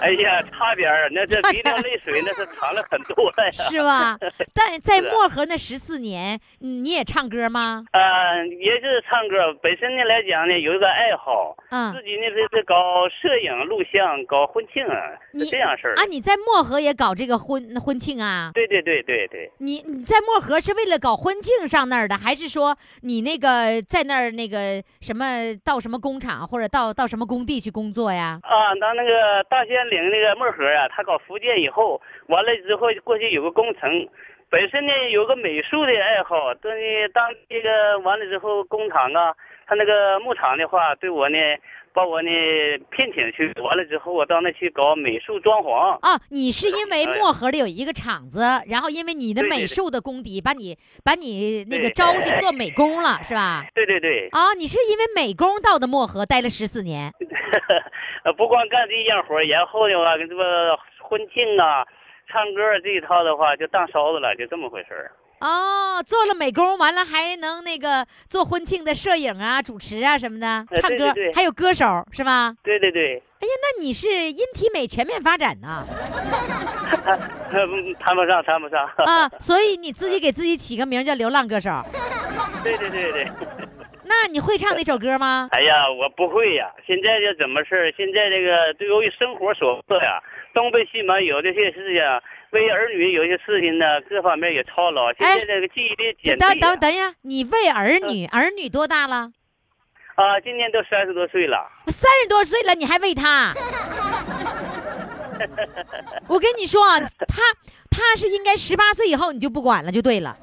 [SPEAKER 6] 哎呀，差点儿，那这 鼻梁泪水那是长了很多了呀。
[SPEAKER 1] 是吧？但在
[SPEAKER 6] 是啊的
[SPEAKER 1] 漠河那十四年，嗯你也唱歌吗？
[SPEAKER 6] 呃，也就是唱歌，本身呢来讲呢有一个爱好，
[SPEAKER 1] 嗯
[SPEAKER 6] 自己呢这是搞摄影、录像、搞婚庆啊，
[SPEAKER 1] 你
[SPEAKER 6] 是这样式儿的
[SPEAKER 1] 啊，。你在漠河也搞这个婚婚庆啊？
[SPEAKER 6] 对对对对对，
[SPEAKER 1] 你你在漠河是为了搞婚庆上那儿的，还是说你那个在那儿那个什么到什么工厂或者到到什么工地去工作呀？
[SPEAKER 6] 啊，当那个大兴岭那个漠河啊，他搞福建以后，完了之后过去有个工程，本身呢有个美术的爱好，但是当这个完了之后，工厂啊，他那个牧场的话，对我呢，把我呢聘请去，完了之后我到那去搞美术装潢。
[SPEAKER 1] 哦，你是因为
[SPEAKER 6] 哎
[SPEAKER 1] 漠河里有一个厂子，然后因为你的
[SPEAKER 6] 对
[SPEAKER 1] 美
[SPEAKER 6] 对对
[SPEAKER 1] 术的功底，把你把你那个
[SPEAKER 6] 对
[SPEAKER 1] 招去做美工了，是吧？
[SPEAKER 6] 对对对，
[SPEAKER 1] 啊、你是因为美工到的漠河待了十四年，
[SPEAKER 6] 呃，不光干这一样活儿，然后的话，这个婚庆啊、唱歌啊这一套的话，就当烧子了，就这么回事儿。
[SPEAKER 1] 哦，做了美工，完了还能那个做婚庆的摄影啊、主持啊什么的，
[SPEAKER 6] 呃对
[SPEAKER 1] 唱歌，
[SPEAKER 6] 对对
[SPEAKER 1] 还有歌手是吧？
[SPEAKER 6] 对对对，
[SPEAKER 1] 哎呀，那你是音体美全面发展呐
[SPEAKER 6] 嗯谈不上，谈不上。
[SPEAKER 1] 啊，所以你自己给自己起个名叫流浪歌手。
[SPEAKER 6] 对对对对，
[SPEAKER 1] 那你会唱那首歌吗？
[SPEAKER 6] 哎呀，我不会呀、现在这怎么事儿？现在这个就由于生活所迫呀、东奔西忙，有这些事情、为儿女有些事情呢，各方面也操劳。现在这个记忆力减退
[SPEAKER 1] 哎等
[SPEAKER 6] 呀
[SPEAKER 1] 等等一下，你为儿女，儿女多大了？
[SPEAKER 6] 啊，今年都三十多岁了。
[SPEAKER 1] 三十多岁了，你还为他？我跟你说啊，他他是应该十八岁以后你就不管了，就对了。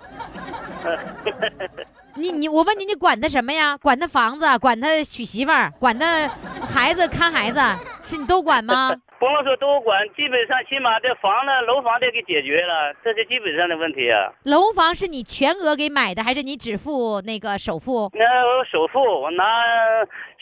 [SPEAKER 1] 你你我问你，你管他什么呀？管他房子，啊管他娶媳妇儿，管他孩子看孩子，是你都管吗？
[SPEAKER 6] 不用说都管，基本上起码这房子、楼房得给解决了，这是基本上的问题啊。
[SPEAKER 1] 楼房是你全额给买的，还是你只付那个首付？
[SPEAKER 6] 那我首付我拿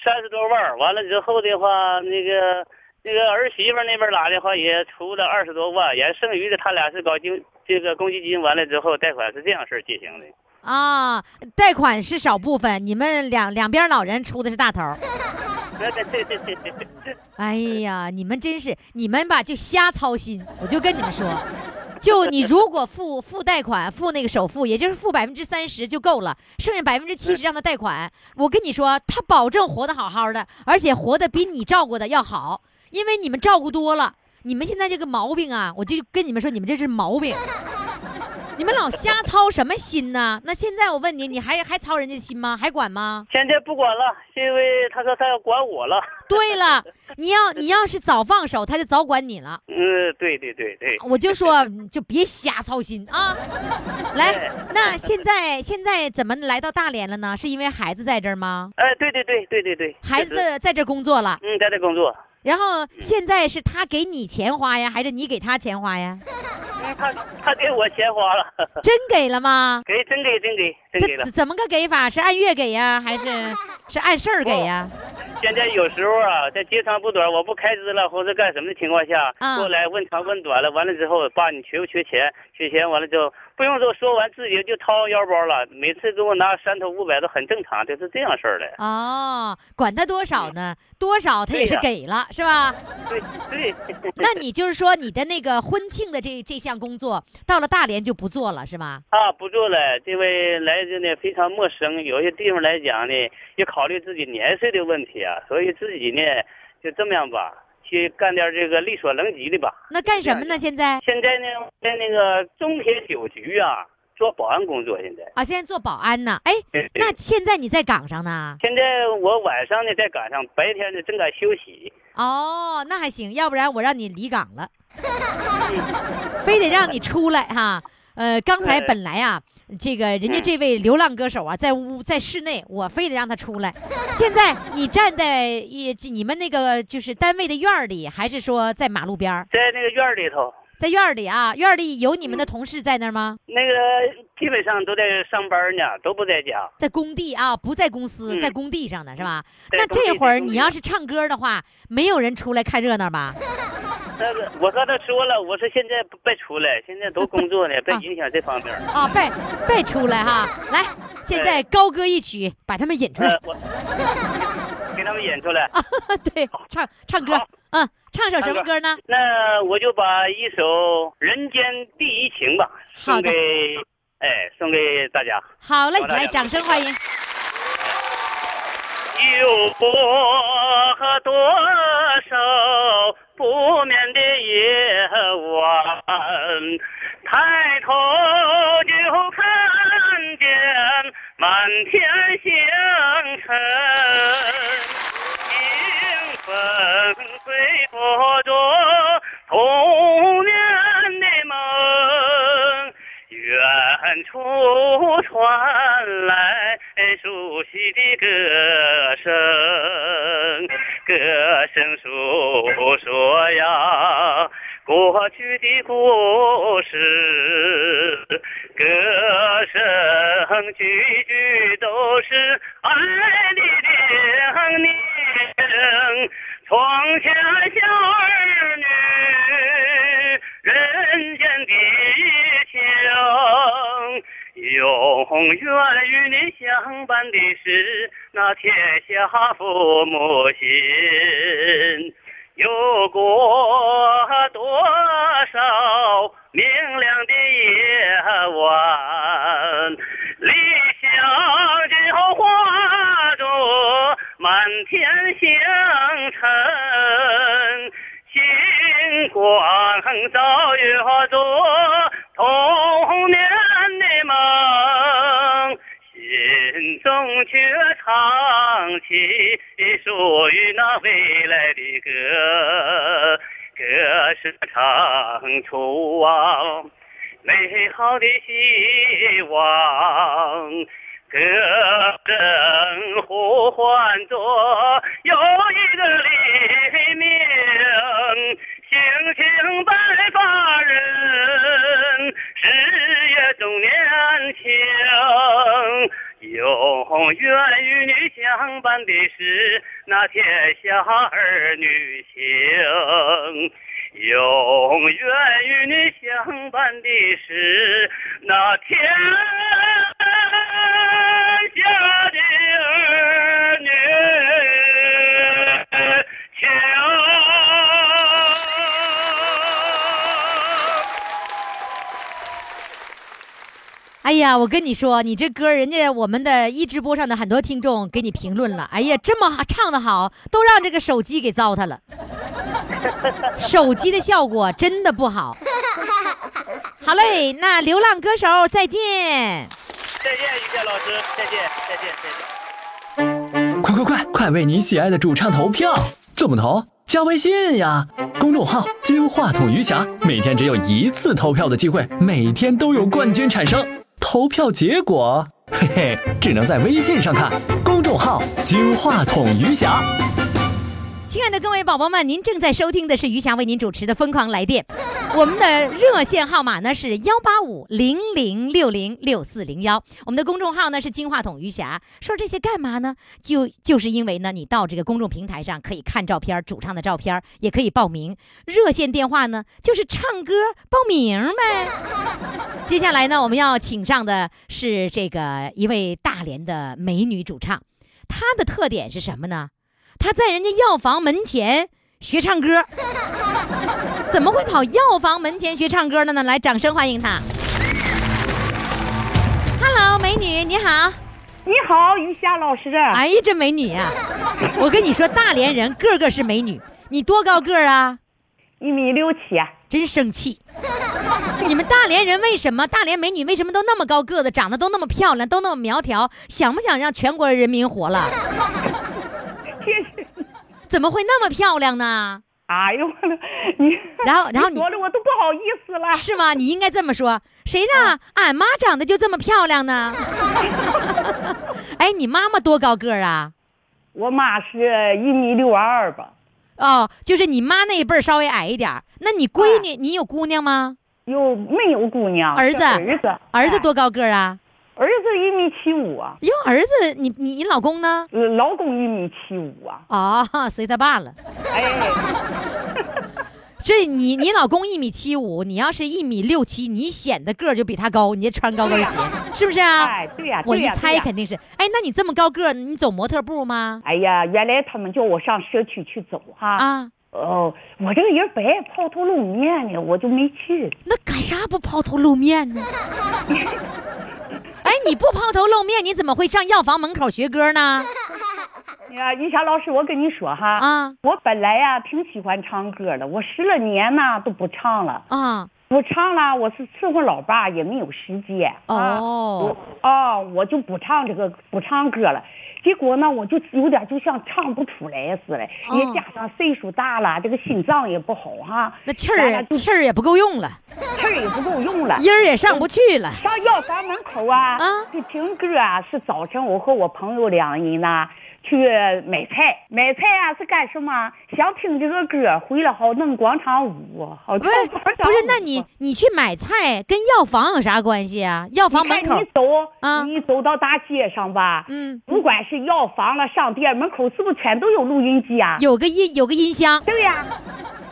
[SPEAKER 6] 三十多万儿，完了之后的话，那个那个儿媳妇那边来的话也出了二十多万，也剩余的他俩是搞经这个公积金，完了之后贷款是这样式儿进行的。
[SPEAKER 1] 啊，贷款是少部分，你们两两边老人出的是大头儿。
[SPEAKER 6] 那这这这这这
[SPEAKER 1] 哎呀，你们真是，你们吧就瞎操心。我就跟你们说，就你如果付付贷款，付那个首付，也就是付百分之三十就够了，剩下百分之七十让他贷款。我跟你说，他保证活得好好的，而且活得比你照顾的要好，因为你们照顾多了。你们现在这个毛病啊，我就跟你们说，你们这是毛病。你们老瞎操什么心呢？那现在我问你，你还还操人家心吗？还管吗？
[SPEAKER 6] 现在不管了，是因为他说他要管我了。
[SPEAKER 1] 对了，你要你要是早放手，他就早管你了。
[SPEAKER 6] 嗯，对对对对，
[SPEAKER 1] 我就说，你就别瞎操心啊！来，那现在现在怎么来到大连了呢？是因为孩子在这儿吗？
[SPEAKER 6] 哎，对对对对对对，
[SPEAKER 1] 孩
[SPEAKER 6] 就是
[SPEAKER 1] 子在这儿工作了，
[SPEAKER 6] 嗯在这工作，
[SPEAKER 1] 然
[SPEAKER 6] 嗯
[SPEAKER 1] 后现在是他给你钱花呀，还是你给他钱花 呀？
[SPEAKER 6] 嗯他他给我钱花了，
[SPEAKER 1] 真给了吗？
[SPEAKER 6] 给真给真给 真给
[SPEAKER 1] 他
[SPEAKER 6] 了
[SPEAKER 1] 怎。怎么个给法？是按月给呀， 还是是按事儿给呀？
[SPEAKER 6] 现在有时候啊，在截长补短，我不开支了或者干什么的情况下，
[SPEAKER 1] 嗯
[SPEAKER 6] 过来问长问短了，完了之后，爸你缺不缺钱？缺钱完了之后，不用说，说完自己就掏腰包了。每次给我拿三头五百都很正常，就是这样事 儿的。
[SPEAKER 1] 哦，管他多少呢？多少他也
[SPEAKER 6] 对
[SPEAKER 1] 是
[SPEAKER 6] 呀
[SPEAKER 1] 给了，是 吧？
[SPEAKER 6] 对对，
[SPEAKER 1] 那你就是说你的那个婚庆的这这项工作，到了大连就不做了，是吗？
[SPEAKER 6] 啊，不做了，这位来这呢非常陌生，有些地方来讲呢，也考虑自己年岁的问题啊，所以自己呢就这么样吧，去干点这个力所能及的吧。
[SPEAKER 1] 那干什么呢？现在
[SPEAKER 6] 现在呢，在那个中铁酒局啊，做保安工作。现在，
[SPEAKER 1] 啊，现在做保安呢？哎，
[SPEAKER 6] 对对
[SPEAKER 1] 那现在你在岗上呢？
[SPEAKER 6] 现在我晚上呢在赶上，白天呢正在休息。
[SPEAKER 1] 哦，那还行，要不然我让你离岗了，非得让你出来哈。呃，刚才
[SPEAKER 6] 对
[SPEAKER 1] 本来啊，这个人家
[SPEAKER 6] 嗯
[SPEAKER 1] 这位流浪歌手啊，在屋在室内，我非得让他出来。现在你站在一你们那个就是单位的院儿里，还是说在马路边儿？
[SPEAKER 6] 在那个院儿里头，
[SPEAKER 1] 在院儿里啊，院儿里有你们的同事在那儿吗？
[SPEAKER 6] 那个基本上都在上班呢，都不在家。
[SPEAKER 1] 在工地啊，不在公司，
[SPEAKER 6] 嗯
[SPEAKER 1] 在工地上呢，是吧？
[SPEAKER 6] 在
[SPEAKER 1] 那
[SPEAKER 6] 工地
[SPEAKER 1] 这会
[SPEAKER 6] 在
[SPEAKER 1] 儿
[SPEAKER 6] 工
[SPEAKER 1] 你
[SPEAKER 6] 地
[SPEAKER 1] 要是唱歌的话，没有人出来看热闹吧？
[SPEAKER 6] 那个我和他说了，我说现在不别出来，现在都工作呢，别
[SPEAKER 1] 啊
[SPEAKER 6] 影响这方面儿。
[SPEAKER 1] 啊，别别出来哈！来，现在高歌一曲，把他们引出来
[SPEAKER 6] 呃。，我 给他们演出来。
[SPEAKER 1] 对，唱唱歌
[SPEAKER 6] 呃好，
[SPEAKER 1] 嗯，唱首什
[SPEAKER 6] 唱
[SPEAKER 1] 么
[SPEAKER 6] 歌
[SPEAKER 1] 歌呢？
[SPEAKER 6] 那我就把一首《人间第一情》吧，
[SPEAKER 1] 好
[SPEAKER 6] 送
[SPEAKER 1] 的
[SPEAKER 6] 给哎，送给大家。
[SPEAKER 1] 好嘞，
[SPEAKER 6] 好大
[SPEAKER 1] 来，
[SPEAKER 6] 家
[SPEAKER 1] 掌声欢迎。
[SPEAKER 6] 有过多少不眠的夜晚，抬头就看见满天星辰。清风吹拂着童年的梦，远处传来熟悉的歌声，歌声诉说呀。过去的故事，歌声句句都是爱的叮咛。窗前小儿女，人间的情。永远与你相伴的是那天下父母心。有过多少明亮的夜晚，理想就化作满天星辰，星光照耀着童年的梦。心中却唱起属于那未来的歌，歌声唱出啊美好的希望，歌声呼唤着又一个黎明，星星白发人，事业中年轻。永远与你相伴的是那天下儿女情，永远与你相伴的是那天下的儿女情。
[SPEAKER 1] 哎呀，我跟你说，你这歌，人家我们的一直播上的很多听众给你评论了。哎呀，这么好唱的好，都让这个手机给糟蹋了。手机的效果真的不好。 好嘞，那流浪歌手再见。
[SPEAKER 6] 再见，于谦老师，再见，再见，再见。
[SPEAKER 3] 快快快，快为你喜爱的主唱投票！怎么投？加微信呀，公众号“金话筒余霞”，每天只有一次投票的机会，每天都有冠军产生。投票结果，嘿嘿，只能在微信上看。公众号“金话筒余霞
[SPEAKER 1] 亲爱的各位宝宝们，您正在收听的是余霞为您主持的《疯狂来电》，我们的热线号码呢是幺八五零零六零六四零幺，我们的公众号呢是金话筒余霞。说这些干嘛呢？就就是因为呢，你到这个公众平台上可以看照片儿，主唱的照片儿，也可以报名。热线电话呢就是唱歌报名呗。接下来呢，我们要请上的是这个一位大连的美女主唱，她的特点是什么呢？她在人家药房门前学唱歌，怎么会跑药房门前学唱歌的呢？来，掌声欢迎她。Hello，美女你好。
[SPEAKER 2] 你好，于霞老师。
[SPEAKER 1] 哎呀，这美女呀、我跟你说，大连人个个是美女。你多高个儿啊？
[SPEAKER 2] 一米六七，啊
[SPEAKER 1] 真生气！你们大连人为什么大连美女为什么都那么高个子，长得都那么漂亮，都那么苗条？想不想让全国人民活了？
[SPEAKER 2] 这是，
[SPEAKER 1] 怎么会那么漂亮呢？
[SPEAKER 2] 哎呦我的，你
[SPEAKER 1] 然后，然后你
[SPEAKER 2] 说的我都不好意思了。
[SPEAKER 1] 是吗？你应该这么说，谁
[SPEAKER 2] 嗯
[SPEAKER 1] 让俺妈长得就这么漂 亮呢？哎，你妈妈多高个儿啊？
[SPEAKER 2] 我妈是一米六二吧，
[SPEAKER 1] 哦，就是你妈那一辈儿稍微矮一点儿。那你闺
[SPEAKER 2] 嗯
[SPEAKER 1] 女，你有姑娘吗？
[SPEAKER 2] 又没有姑娘，
[SPEAKER 1] 儿子
[SPEAKER 2] 这儿子，
[SPEAKER 1] 儿子
[SPEAKER 2] 哎，
[SPEAKER 1] 多高个儿啊？
[SPEAKER 2] 儿子一米七五啊，
[SPEAKER 1] 哟，儿子，你你你老公呢？
[SPEAKER 2] 呃老公一米七五啊，
[SPEAKER 1] 哦，随他爸了。
[SPEAKER 2] 哎。
[SPEAKER 1] 这你你老公一米七五，你要是一米六七，你显得个儿就比他高，你就穿高跟鞋，是不是啊？
[SPEAKER 2] 哎，对呀、对呀、
[SPEAKER 1] 我一
[SPEAKER 2] 对
[SPEAKER 1] 猜
[SPEAKER 2] 呀
[SPEAKER 1] 肯定是。哎，那你这么高个儿，你走模特步吗？
[SPEAKER 2] 哎呀，原来他们叫我上社区去走哈。
[SPEAKER 1] 啊，
[SPEAKER 2] 哦，我这个人不爱抛头露面的，我就没去。
[SPEAKER 1] 那干啥不抛头露面呢？哎，你不抛头露面，你怎么会上药房门口学歌呢？
[SPEAKER 2] 哎呀，玉霞老师，我跟你说哈，
[SPEAKER 1] 啊
[SPEAKER 2] 我本来呀、挺喜欢唱歌的，我十来年呐都不唱了。
[SPEAKER 1] 啊，
[SPEAKER 2] 我唱了，我是伺候老爸，也没有时间。啊
[SPEAKER 1] 哦，
[SPEAKER 2] 我啊，我就不唱这个不唱歌了。结果呢，我就有点就像唱不出来似的，
[SPEAKER 1] 哦
[SPEAKER 2] 也加上岁数大了，这个心脏也不好哈，
[SPEAKER 1] 那气儿气儿也不够用了，
[SPEAKER 2] 气儿也不够用了。
[SPEAKER 1] 音儿也上不去了。
[SPEAKER 2] 上药房门口啊，
[SPEAKER 1] 啊
[SPEAKER 2] 就听歌啊，是早晨我和我朋友两人呐去买菜，买菜啊是干什么？想听这个歌，回来好弄广场舞，好
[SPEAKER 1] 不
[SPEAKER 2] 跳
[SPEAKER 1] 是
[SPEAKER 2] 广场舞。
[SPEAKER 1] 不是，那你你去买菜跟药房有啥关系啊？药房
[SPEAKER 2] 你
[SPEAKER 1] 门
[SPEAKER 2] 看
[SPEAKER 1] 口
[SPEAKER 2] 你，走，
[SPEAKER 1] 啊
[SPEAKER 2] 你走到大街上吧，
[SPEAKER 1] 嗯，
[SPEAKER 2] 不管是药房了、商店门口，是不是全都有录音机啊？
[SPEAKER 1] 有个音有个音箱，
[SPEAKER 2] 对呀、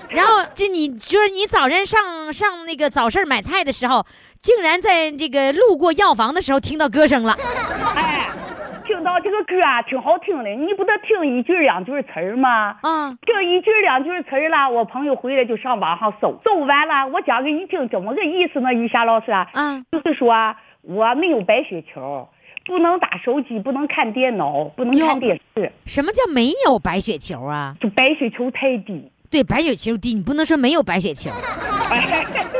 [SPEAKER 1] 然后这你就是你早晨上上那个早市买菜的时候，竟然在这个路过药房的时候听到歌声了。
[SPEAKER 2] 哎，听到这个歌啊，挺好听的，你不得听一句两句词儿吗？
[SPEAKER 1] 啊，
[SPEAKER 2] 这一句两句词儿啦，我朋友回来就上网上搜，搜完了，我讲给你听怎么个意思呢？于霞老师啊，
[SPEAKER 1] 啊，
[SPEAKER 2] 就是说我没有白血球，不能打手机，不能看电脑，不能
[SPEAKER 1] 哟
[SPEAKER 2] 看电视，
[SPEAKER 1] 什么叫没有白血球啊？
[SPEAKER 2] 就白血球太低。
[SPEAKER 1] 对，白血球低，你不能说没有白 血球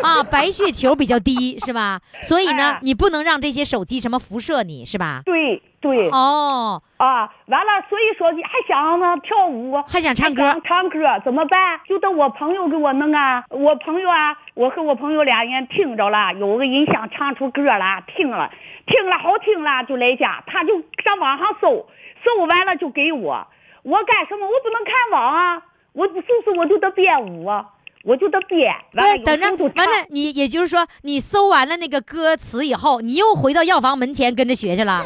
[SPEAKER 1] 啊，白血球比较低是吧？所以呢
[SPEAKER 2] 哎，
[SPEAKER 1] 你不能让这些手机什么辐射你是吧？
[SPEAKER 2] 对对、
[SPEAKER 1] 哦，
[SPEAKER 2] 啊，完了，所以说你还想呢跳舞，啊
[SPEAKER 1] 还想唱
[SPEAKER 2] 想
[SPEAKER 1] 歌，
[SPEAKER 2] 唱歌怎么办？就等我朋友给我弄啊，我朋友啊，我和我朋友俩人听着了，有个人想唱出歌来，听了，听了好听了，就来家，他就上网上搜，搜完了就给我，我干什么？我不能看网啊，我就是我就得编舞啊，我就得编，
[SPEAKER 1] 不
[SPEAKER 2] 完了
[SPEAKER 1] 是
[SPEAKER 2] 有
[SPEAKER 1] 等着
[SPEAKER 2] 时候就，唱
[SPEAKER 1] 完了你也就是说，你搜完了那个歌词以后，你又回到药房门前跟着学去
[SPEAKER 2] 啊
[SPEAKER 1] 了。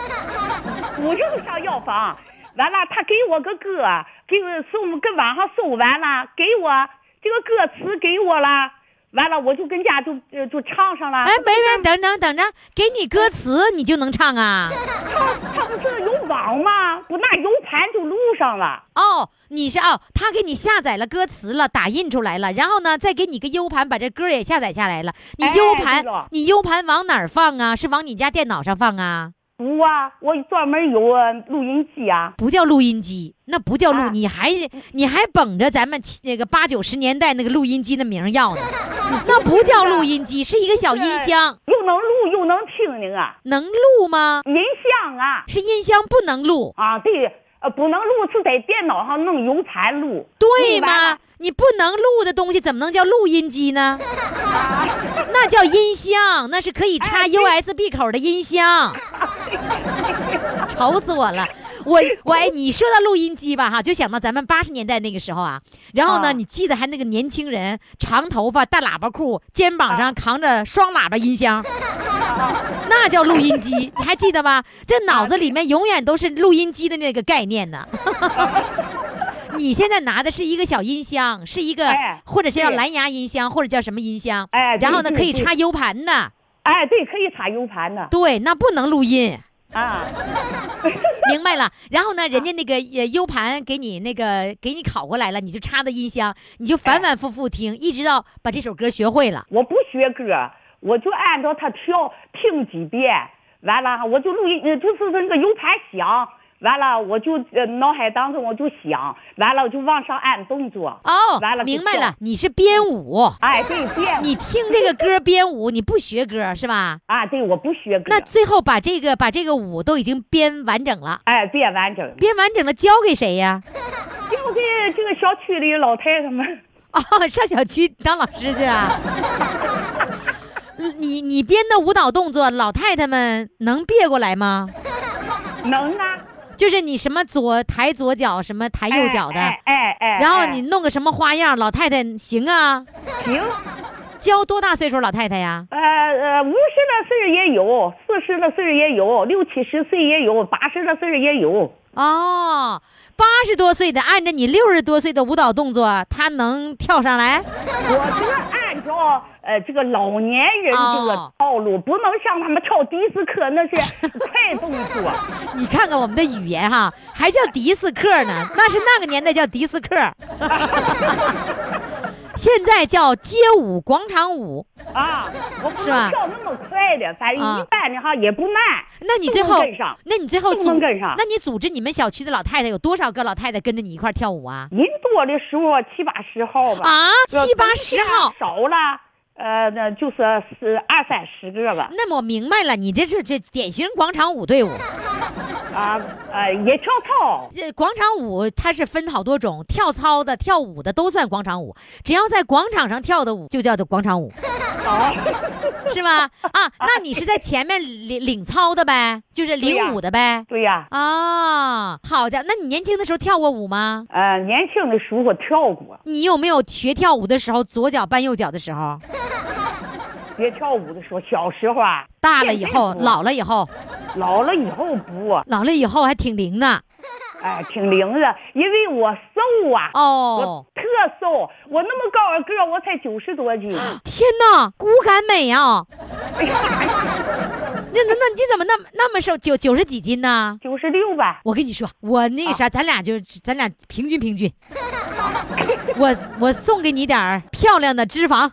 [SPEAKER 2] 我又上药房，完了他给我个歌，给我送跟网上搜完了，给我这个歌词给我了，完了我就跟家就呃就唱上了。
[SPEAKER 1] 哎，没没，等等等着，给你歌词你就能唱 啊？
[SPEAKER 2] 他不是有网吗？不拿 U 盘就录上了。
[SPEAKER 1] 哦，你是哦，他给你下载了歌词了，打印出来了，然后呢，再给你个 U 盘，把这歌也下载下来了。你
[SPEAKER 2] 哎
[SPEAKER 1] U 盘，
[SPEAKER 2] 对了
[SPEAKER 1] 你 U 盘往哪儿放啊？是往你家电脑上放啊？
[SPEAKER 2] 服啊，我专门有啊录音机啊。
[SPEAKER 1] 不叫录音机，那不叫录，
[SPEAKER 2] 啊
[SPEAKER 1] 你还你还捧着咱们七那个八九十年代那个录音机的名儿 要呢，那不叫录音机，是一个小音箱，
[SPEAKER 2] 又能录又能听的啊，
[SPEAKER 1] 能录吗？
[SPEAKER 2] 音像啊
[SPEAKER 1] 是音箱不能录，
[SPEAKER 2] 啊，对，呃，不能录是在电脑上弄有盘录，
[SPEAKER 1] 对
[SPEAKER 2] 明白
[SPEAKER 1] 吗？你不能录的东西怎么能叫录音 机呢？那叫音箱，那是可以插
[SPEAKER 2] 哎对
[SPEAKER 1] USB 口的音箱。愁死我了！我我哎，你说到录音机吧，哈，就想到咱们八十年代那个时候啊。然后呢，
[SPEAKER 2] 啊
[SPEAKER 1] 你记得还那个年轻人，长头发、大喇叭裤，肩膀
[SPEAKER 2] 啊
[SPEAKER 1] 上扛着双喇叭音箱，那叫录音机，你还记得吧？这脑子里面永远都是录音机的那个概念呢。 你现在拿的是一个小音箱，是一个、
[SPEAKER 2] 哎
[SPEAKER 1] 或者是叫
[SPEAKER 2] 对
[SPEAKER 1] 蓝牙音箱，或者叫什么音箱，
[SPEAKER 2] 哎
[SPEAKER 1] 然后呢
[SPEAKER 2] 对
[SPEAKER 1] 可以
[SPEAKER 2] 对
[SPEAKER 1] 插 U 盘的，
[SPEAKER 2] 哎，对，可以插 U 盘的
[SPEAKER 1] 对，那不能录音。
[SPEAKER 2] 啊，
[SPEAKER 1] 明白了。然后呢，人家那个呃 U 盘给你那个给你拷过来了，你就插到音箱，你就反反复复听，一直到把这首歌学会了。
[SPEAKER 2] 我不学歌，我就按照他调听几遍，完了我就录音，呃就是那个 U 盘响，完了我就呃脑海当中我就想，完了我就往上按动作，
[SPEAKER 1] 哦
[SPEAKER 2] 完了，就
[SPEAKER 1] 明白
[SPEAKER 2] 跳
[SPEAKER 1] 了，你是编舞，
[SPEAKER 2] 哎，对，对，
[SPEAKER 1] 你听这个歌编舞，你不学歌是吧？
[SPEAKER 2] 啊，对，我不学歌，
[SPEAKER 1] 那最后把这个把这个舞都已经编完整了，
[SPEAKER 2] 哎，别完整，
[SPEAKER 1] 编完整了交给谁呀？
[SPEAKER 2] 交给这个小区里老太太们。
[SPEAKER 1] 哦，上小区当老师 去啊？你你编的舞蹈动作，老太太们能别过来吗？
[SPEAKER 2] 能啊，
[SPEAKER 1] 就是你什么左抬左脚，什么抬 右脚的，
[SPEAKER 2] 哎哎哎，哎
[SPEAKER 1] 然后你弄个什么花样，老太太行啊？
[SPEAKER 2] 行，
[SPEAKER 1] 教多大岁数老太太呀？
[SPEAKER 2] 呃呃，五十的岁儿也有，四十的岁儿也有，六七十岁也有，八十的岁儿也有。
[SPEAKER 1] 哦，八十多岁的，按照你六十多岁的舞蹈动作，她能跳上来？
[SPEAKER 2] 我这个按照呃这个老年人这个
[SPEAKER 1] 哦
[SPEAKER 2] 套路，不能像他们跳迪斯科那 是快动作。
[SPEAKER 1] 你看看我们的语言哈，还叫迪斯克呢，那是那个年代叫迪斯克， 现在叫街舞、广场舞。
[SPEAKER 2] 啊，我不
[SPEAKER 1] 是吧
[SPEAKER 2] 能跳那么快的，反正
[SPEAKER 1] 啊
[SPEAKER 2] 一般的哈也不慢。
[SPEAKER 1] 那你最
[SPEAKER 2] 都
[SPEAKER 1] 后
[SPEAKER 2] 能跟上，
[SPEAKER 1] 那你最后
[SPEAKER 2] 都
[SPEAKER 1] 组
[SPEAKER 2] 能跟上
[SPEAKER 1] 那你组织你们小区的老太太有多少个老太太跟着你一块儿跳舞啊？
[SPEAKER 2] 人多的时候七八十号吧，
[SPEAKER 1] 啊，
[SPEAKER 2] 要
[SPEAKER 1] 七八
[SPEAKER 2] 咱
[SPEAKER 1] 十
[SPEAKER 2] 这样
[SPEAKER 1] 号。
[SPEAKER 2] 少了，呃，那就是是二三十个吧。
[SPEAKER 1] 那么我明白了，你这是这典型广场舞队伍。
[SPEAKER 2] 啊呃，也跳操，
[SPEAKER 1] 这呃广场舞它是分好多种，跳操的、跳舞的都算广场舞，只要在广场上跳的舞就叫做广场舞，是吧？啊，那你是在前面领领操的呗，就是领舞的呗。
[SPEAKER 2] 对呀、
[SPEAKER 1] 啊，好家伙，那你年轻的时候跳过舞吗？
[SPEAKER 2] 呃，年轻的时候我跳过，
[SPEAKER 1] 你有没有学跳舞的时候左脚绊右脚的时候？
[SPEAKER 2] 学跳舞的时候，小时候啊，
[SPEAKER 1] 大了以后，
[SPEAKER 2] 现在不
[SPEAKER 1] 老了以后，
[SPEAKER 2] 老了以后不，啊
[SPEAKER 1] 老了以后还挺灵呢。
[SPEAKER 2] 哎、挺灵的，因为我瘦啊，
[SPEAKER 1] 哦
[SPEAKER 2] 我，特瘦，我那么高个儿，我才九十多斤，
[SPEAKER 1] 天哪，骨感美啊！
[SPEAKER 2] 哎呀，
[SPEAKER 1] 那那那你怎么那么那么瘦？九九十几斤呢？
[SPEAKER 2] 九十六吧，
[SPEAKER 1] 我跟你说，我那
[SPEAKER 2] 啊
[SPEAKER 1] 个啥，咱俩就咱俩平均平均。我我送给你点儿漂亮的脂肪，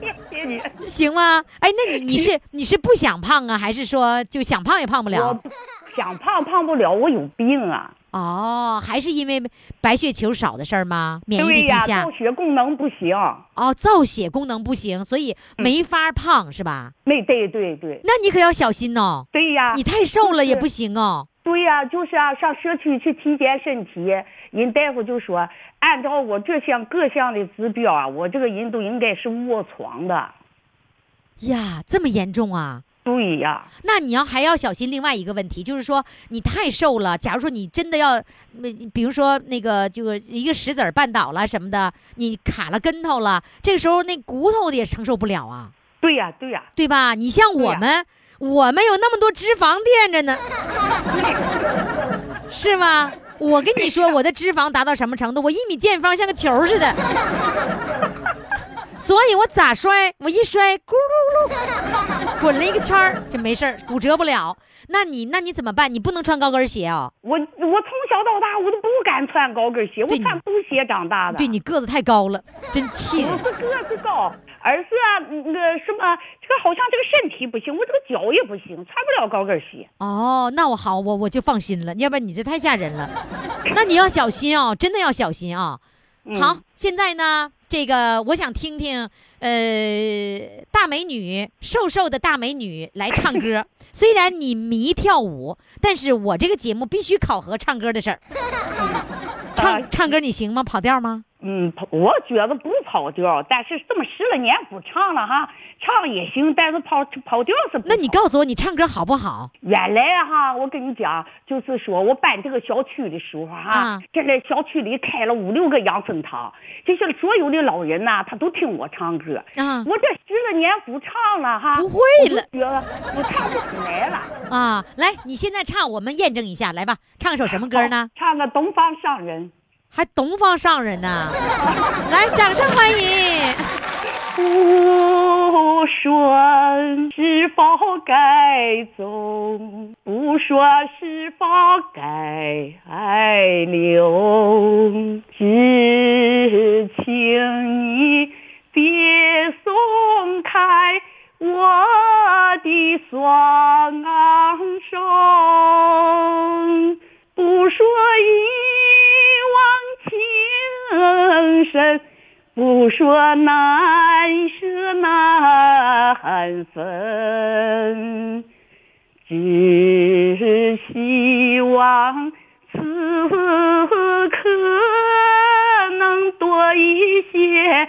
[SPEAKER 2] 谢谢你。
[SPEAKER 1] 行吗？哎，那你你是你是不想胖啊，还是说就想胖也胖不
[SPEAKER 2] 我
[SPEAKER 1] 了？
[SPEAKER 2] 不想胖胖不了，我有病啊！
[SPEAKER 1] 哦，还是因为白血球少的事儿吗？免疫
[SPEAKER 2] 对
[SPEAKER 1] 力低
[SPEAKER 2] 呀、
[SPEAKER 1] 下
[SPEAKER 2] 造血功能不行，
[SPEAKER 1] 哦，造血功能不行，所以
[SPEAKER 2] 嗯
[SPEAKER 1] 没法胖、是吧？
[SPEAKER 2] 没对对对
[SPEAKER 1] 那你可要小心哦。
[SPEAKER 2] 对呀、
[SPEAKER 1] 你太瘦了也
[SPEAKER 2] 啊就是
[SPEAKER 1] 不行哦。
[SPEAKER 2] 对呀、就是啊，上社区去体检身体，人大夫就说，按照我这项各项的指标啊，我这个人都应该是卧床的。
[SPEAKER 1] 呀，这么严重啊？
[SPEAKER 2] 对呀、
[SPEAKER 1] 那你要还要小心另外一个问题，就是说你太瘦了。假如说你真的要，呃比如说那个就是一个石子儿绊倒了什么的，你卡了跟头了，这个时候那骨头也承受不了啊，
[SPEAKER 2] 对呀、对呀、
[SPEAKER 1] 对吧？你像我
[SPEAKER 2] 呀
[SPEAKER 1] 们，我们有那么多脂肪垫着 呢，是吗？我跟 你说，我的脂肪达到什么程度？我一米见方，像个球似的。所以我咋摔，我一摔，咕噜噜，滚了一个圈儿就没事儿，骨折不了。那你那你怎么办？你不能穿高跟鞋哦，
[SPEAKER 2] 我我从小到大我都不敢穿高跟鞋，我
[SPEAKER 1] 对你
[SPEAKER 2] 穿布鞋长大的。嗯
[SPEAKER 1] 对你个子太高了，真气
[SPEAKER 2] 不
[SPEAKER 1] 人。
[SPEAKER 2] 是个子高，而是啊那个什么，这个好像这个身体不行，我这个脚也不行，穿不了高跟鞋。
[SPEAKER 1] 哦，那我好，我我就放心了，要不然你这太吓人 了。那你要小心哦，真的要小心啊、
[SPEAKER 2] 嗯
[SPEAKER 1] 好，现在呢，这个我想听听，呃，大美女，瘦瘦的大美女来唱歌。虽然你迷跳舞，但是我这个节目必须考核唱歌的事儿。唱唱歌你行吗？跑调吗？
[SPEAKER 2] 嗯，我觉得不跑调，但是这么十来年不唱了哈，唱也行，但是跑跑调是不
[SPEAKER 1] 那你
[SPEAKER 2] 跑
[SPEAKER 1] 告诉我，你唱歌好不好？
[SPEAKER 2] 原来啊哈，我跟你讲，就是说我搬这个小区的时候哈，
[SPEAKER 1] 啊
[SPEAKER 2] 这个小区里开了五六个养生堂，这些所有的老人呐、他都听我唱歌。
[SPEAKER 1] 啊
[SPEAKER 2] 我这十来年不唱了哈，
[SPEAKER 1] 不会
[SPEAKER 2] 我
[SPEAKER 1] 了
[SPEAKER 2] 就觉得我唱不出来了。
[SPEAKER 1] 啊！来，你现在唱，我们验证一下，来吧，唱首什么歌呢？
[SPEAKER 2] 唱个《东方上人
[SPEAKER 1] 还东方上人呢？来，掌声欢迎！》。
[SPEAKER 2] 不说是否该走，不说是否该留，只请你别松开我的双手。不说一往情深，不说难舍难分，只希望此刻能多一些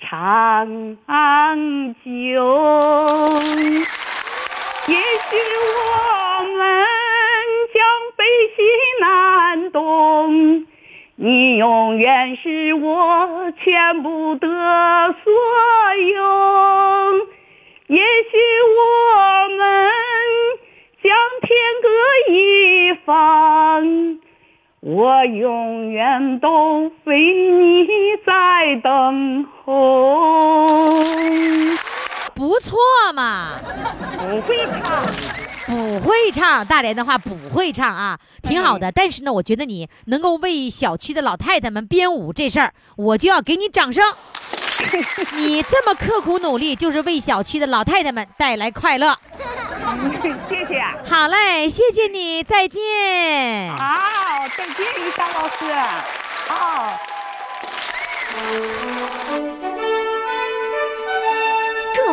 [SPEAKER 2] 长久。也许我们将北西南东，你永远是我全部的所有。也许我们将天各一方，我永远都为你在等候。
[SPEAKER 1] 不错嘛，
[SPEAKER 2] 不会唱。
[SPEAKER 1] 不会唱大连的话不会唱啊，挺
[SPEAKER 2] 嗯
[SPEAKER 1] 好的。但是呢，我觉得你能够为小区的老太太们编舞这事儿，我就要给你 掌声。你这么刻苦努力，就是为小区的老太太们带来快乐。
[SPEAKER 2] 谢啊谢。
[SPEAKER 1] 好嘞，谢谢你，再见。
[SPEAKER 2] 好，啊哦再见，于丹老师。哦好。
[SPEAKER 7] 各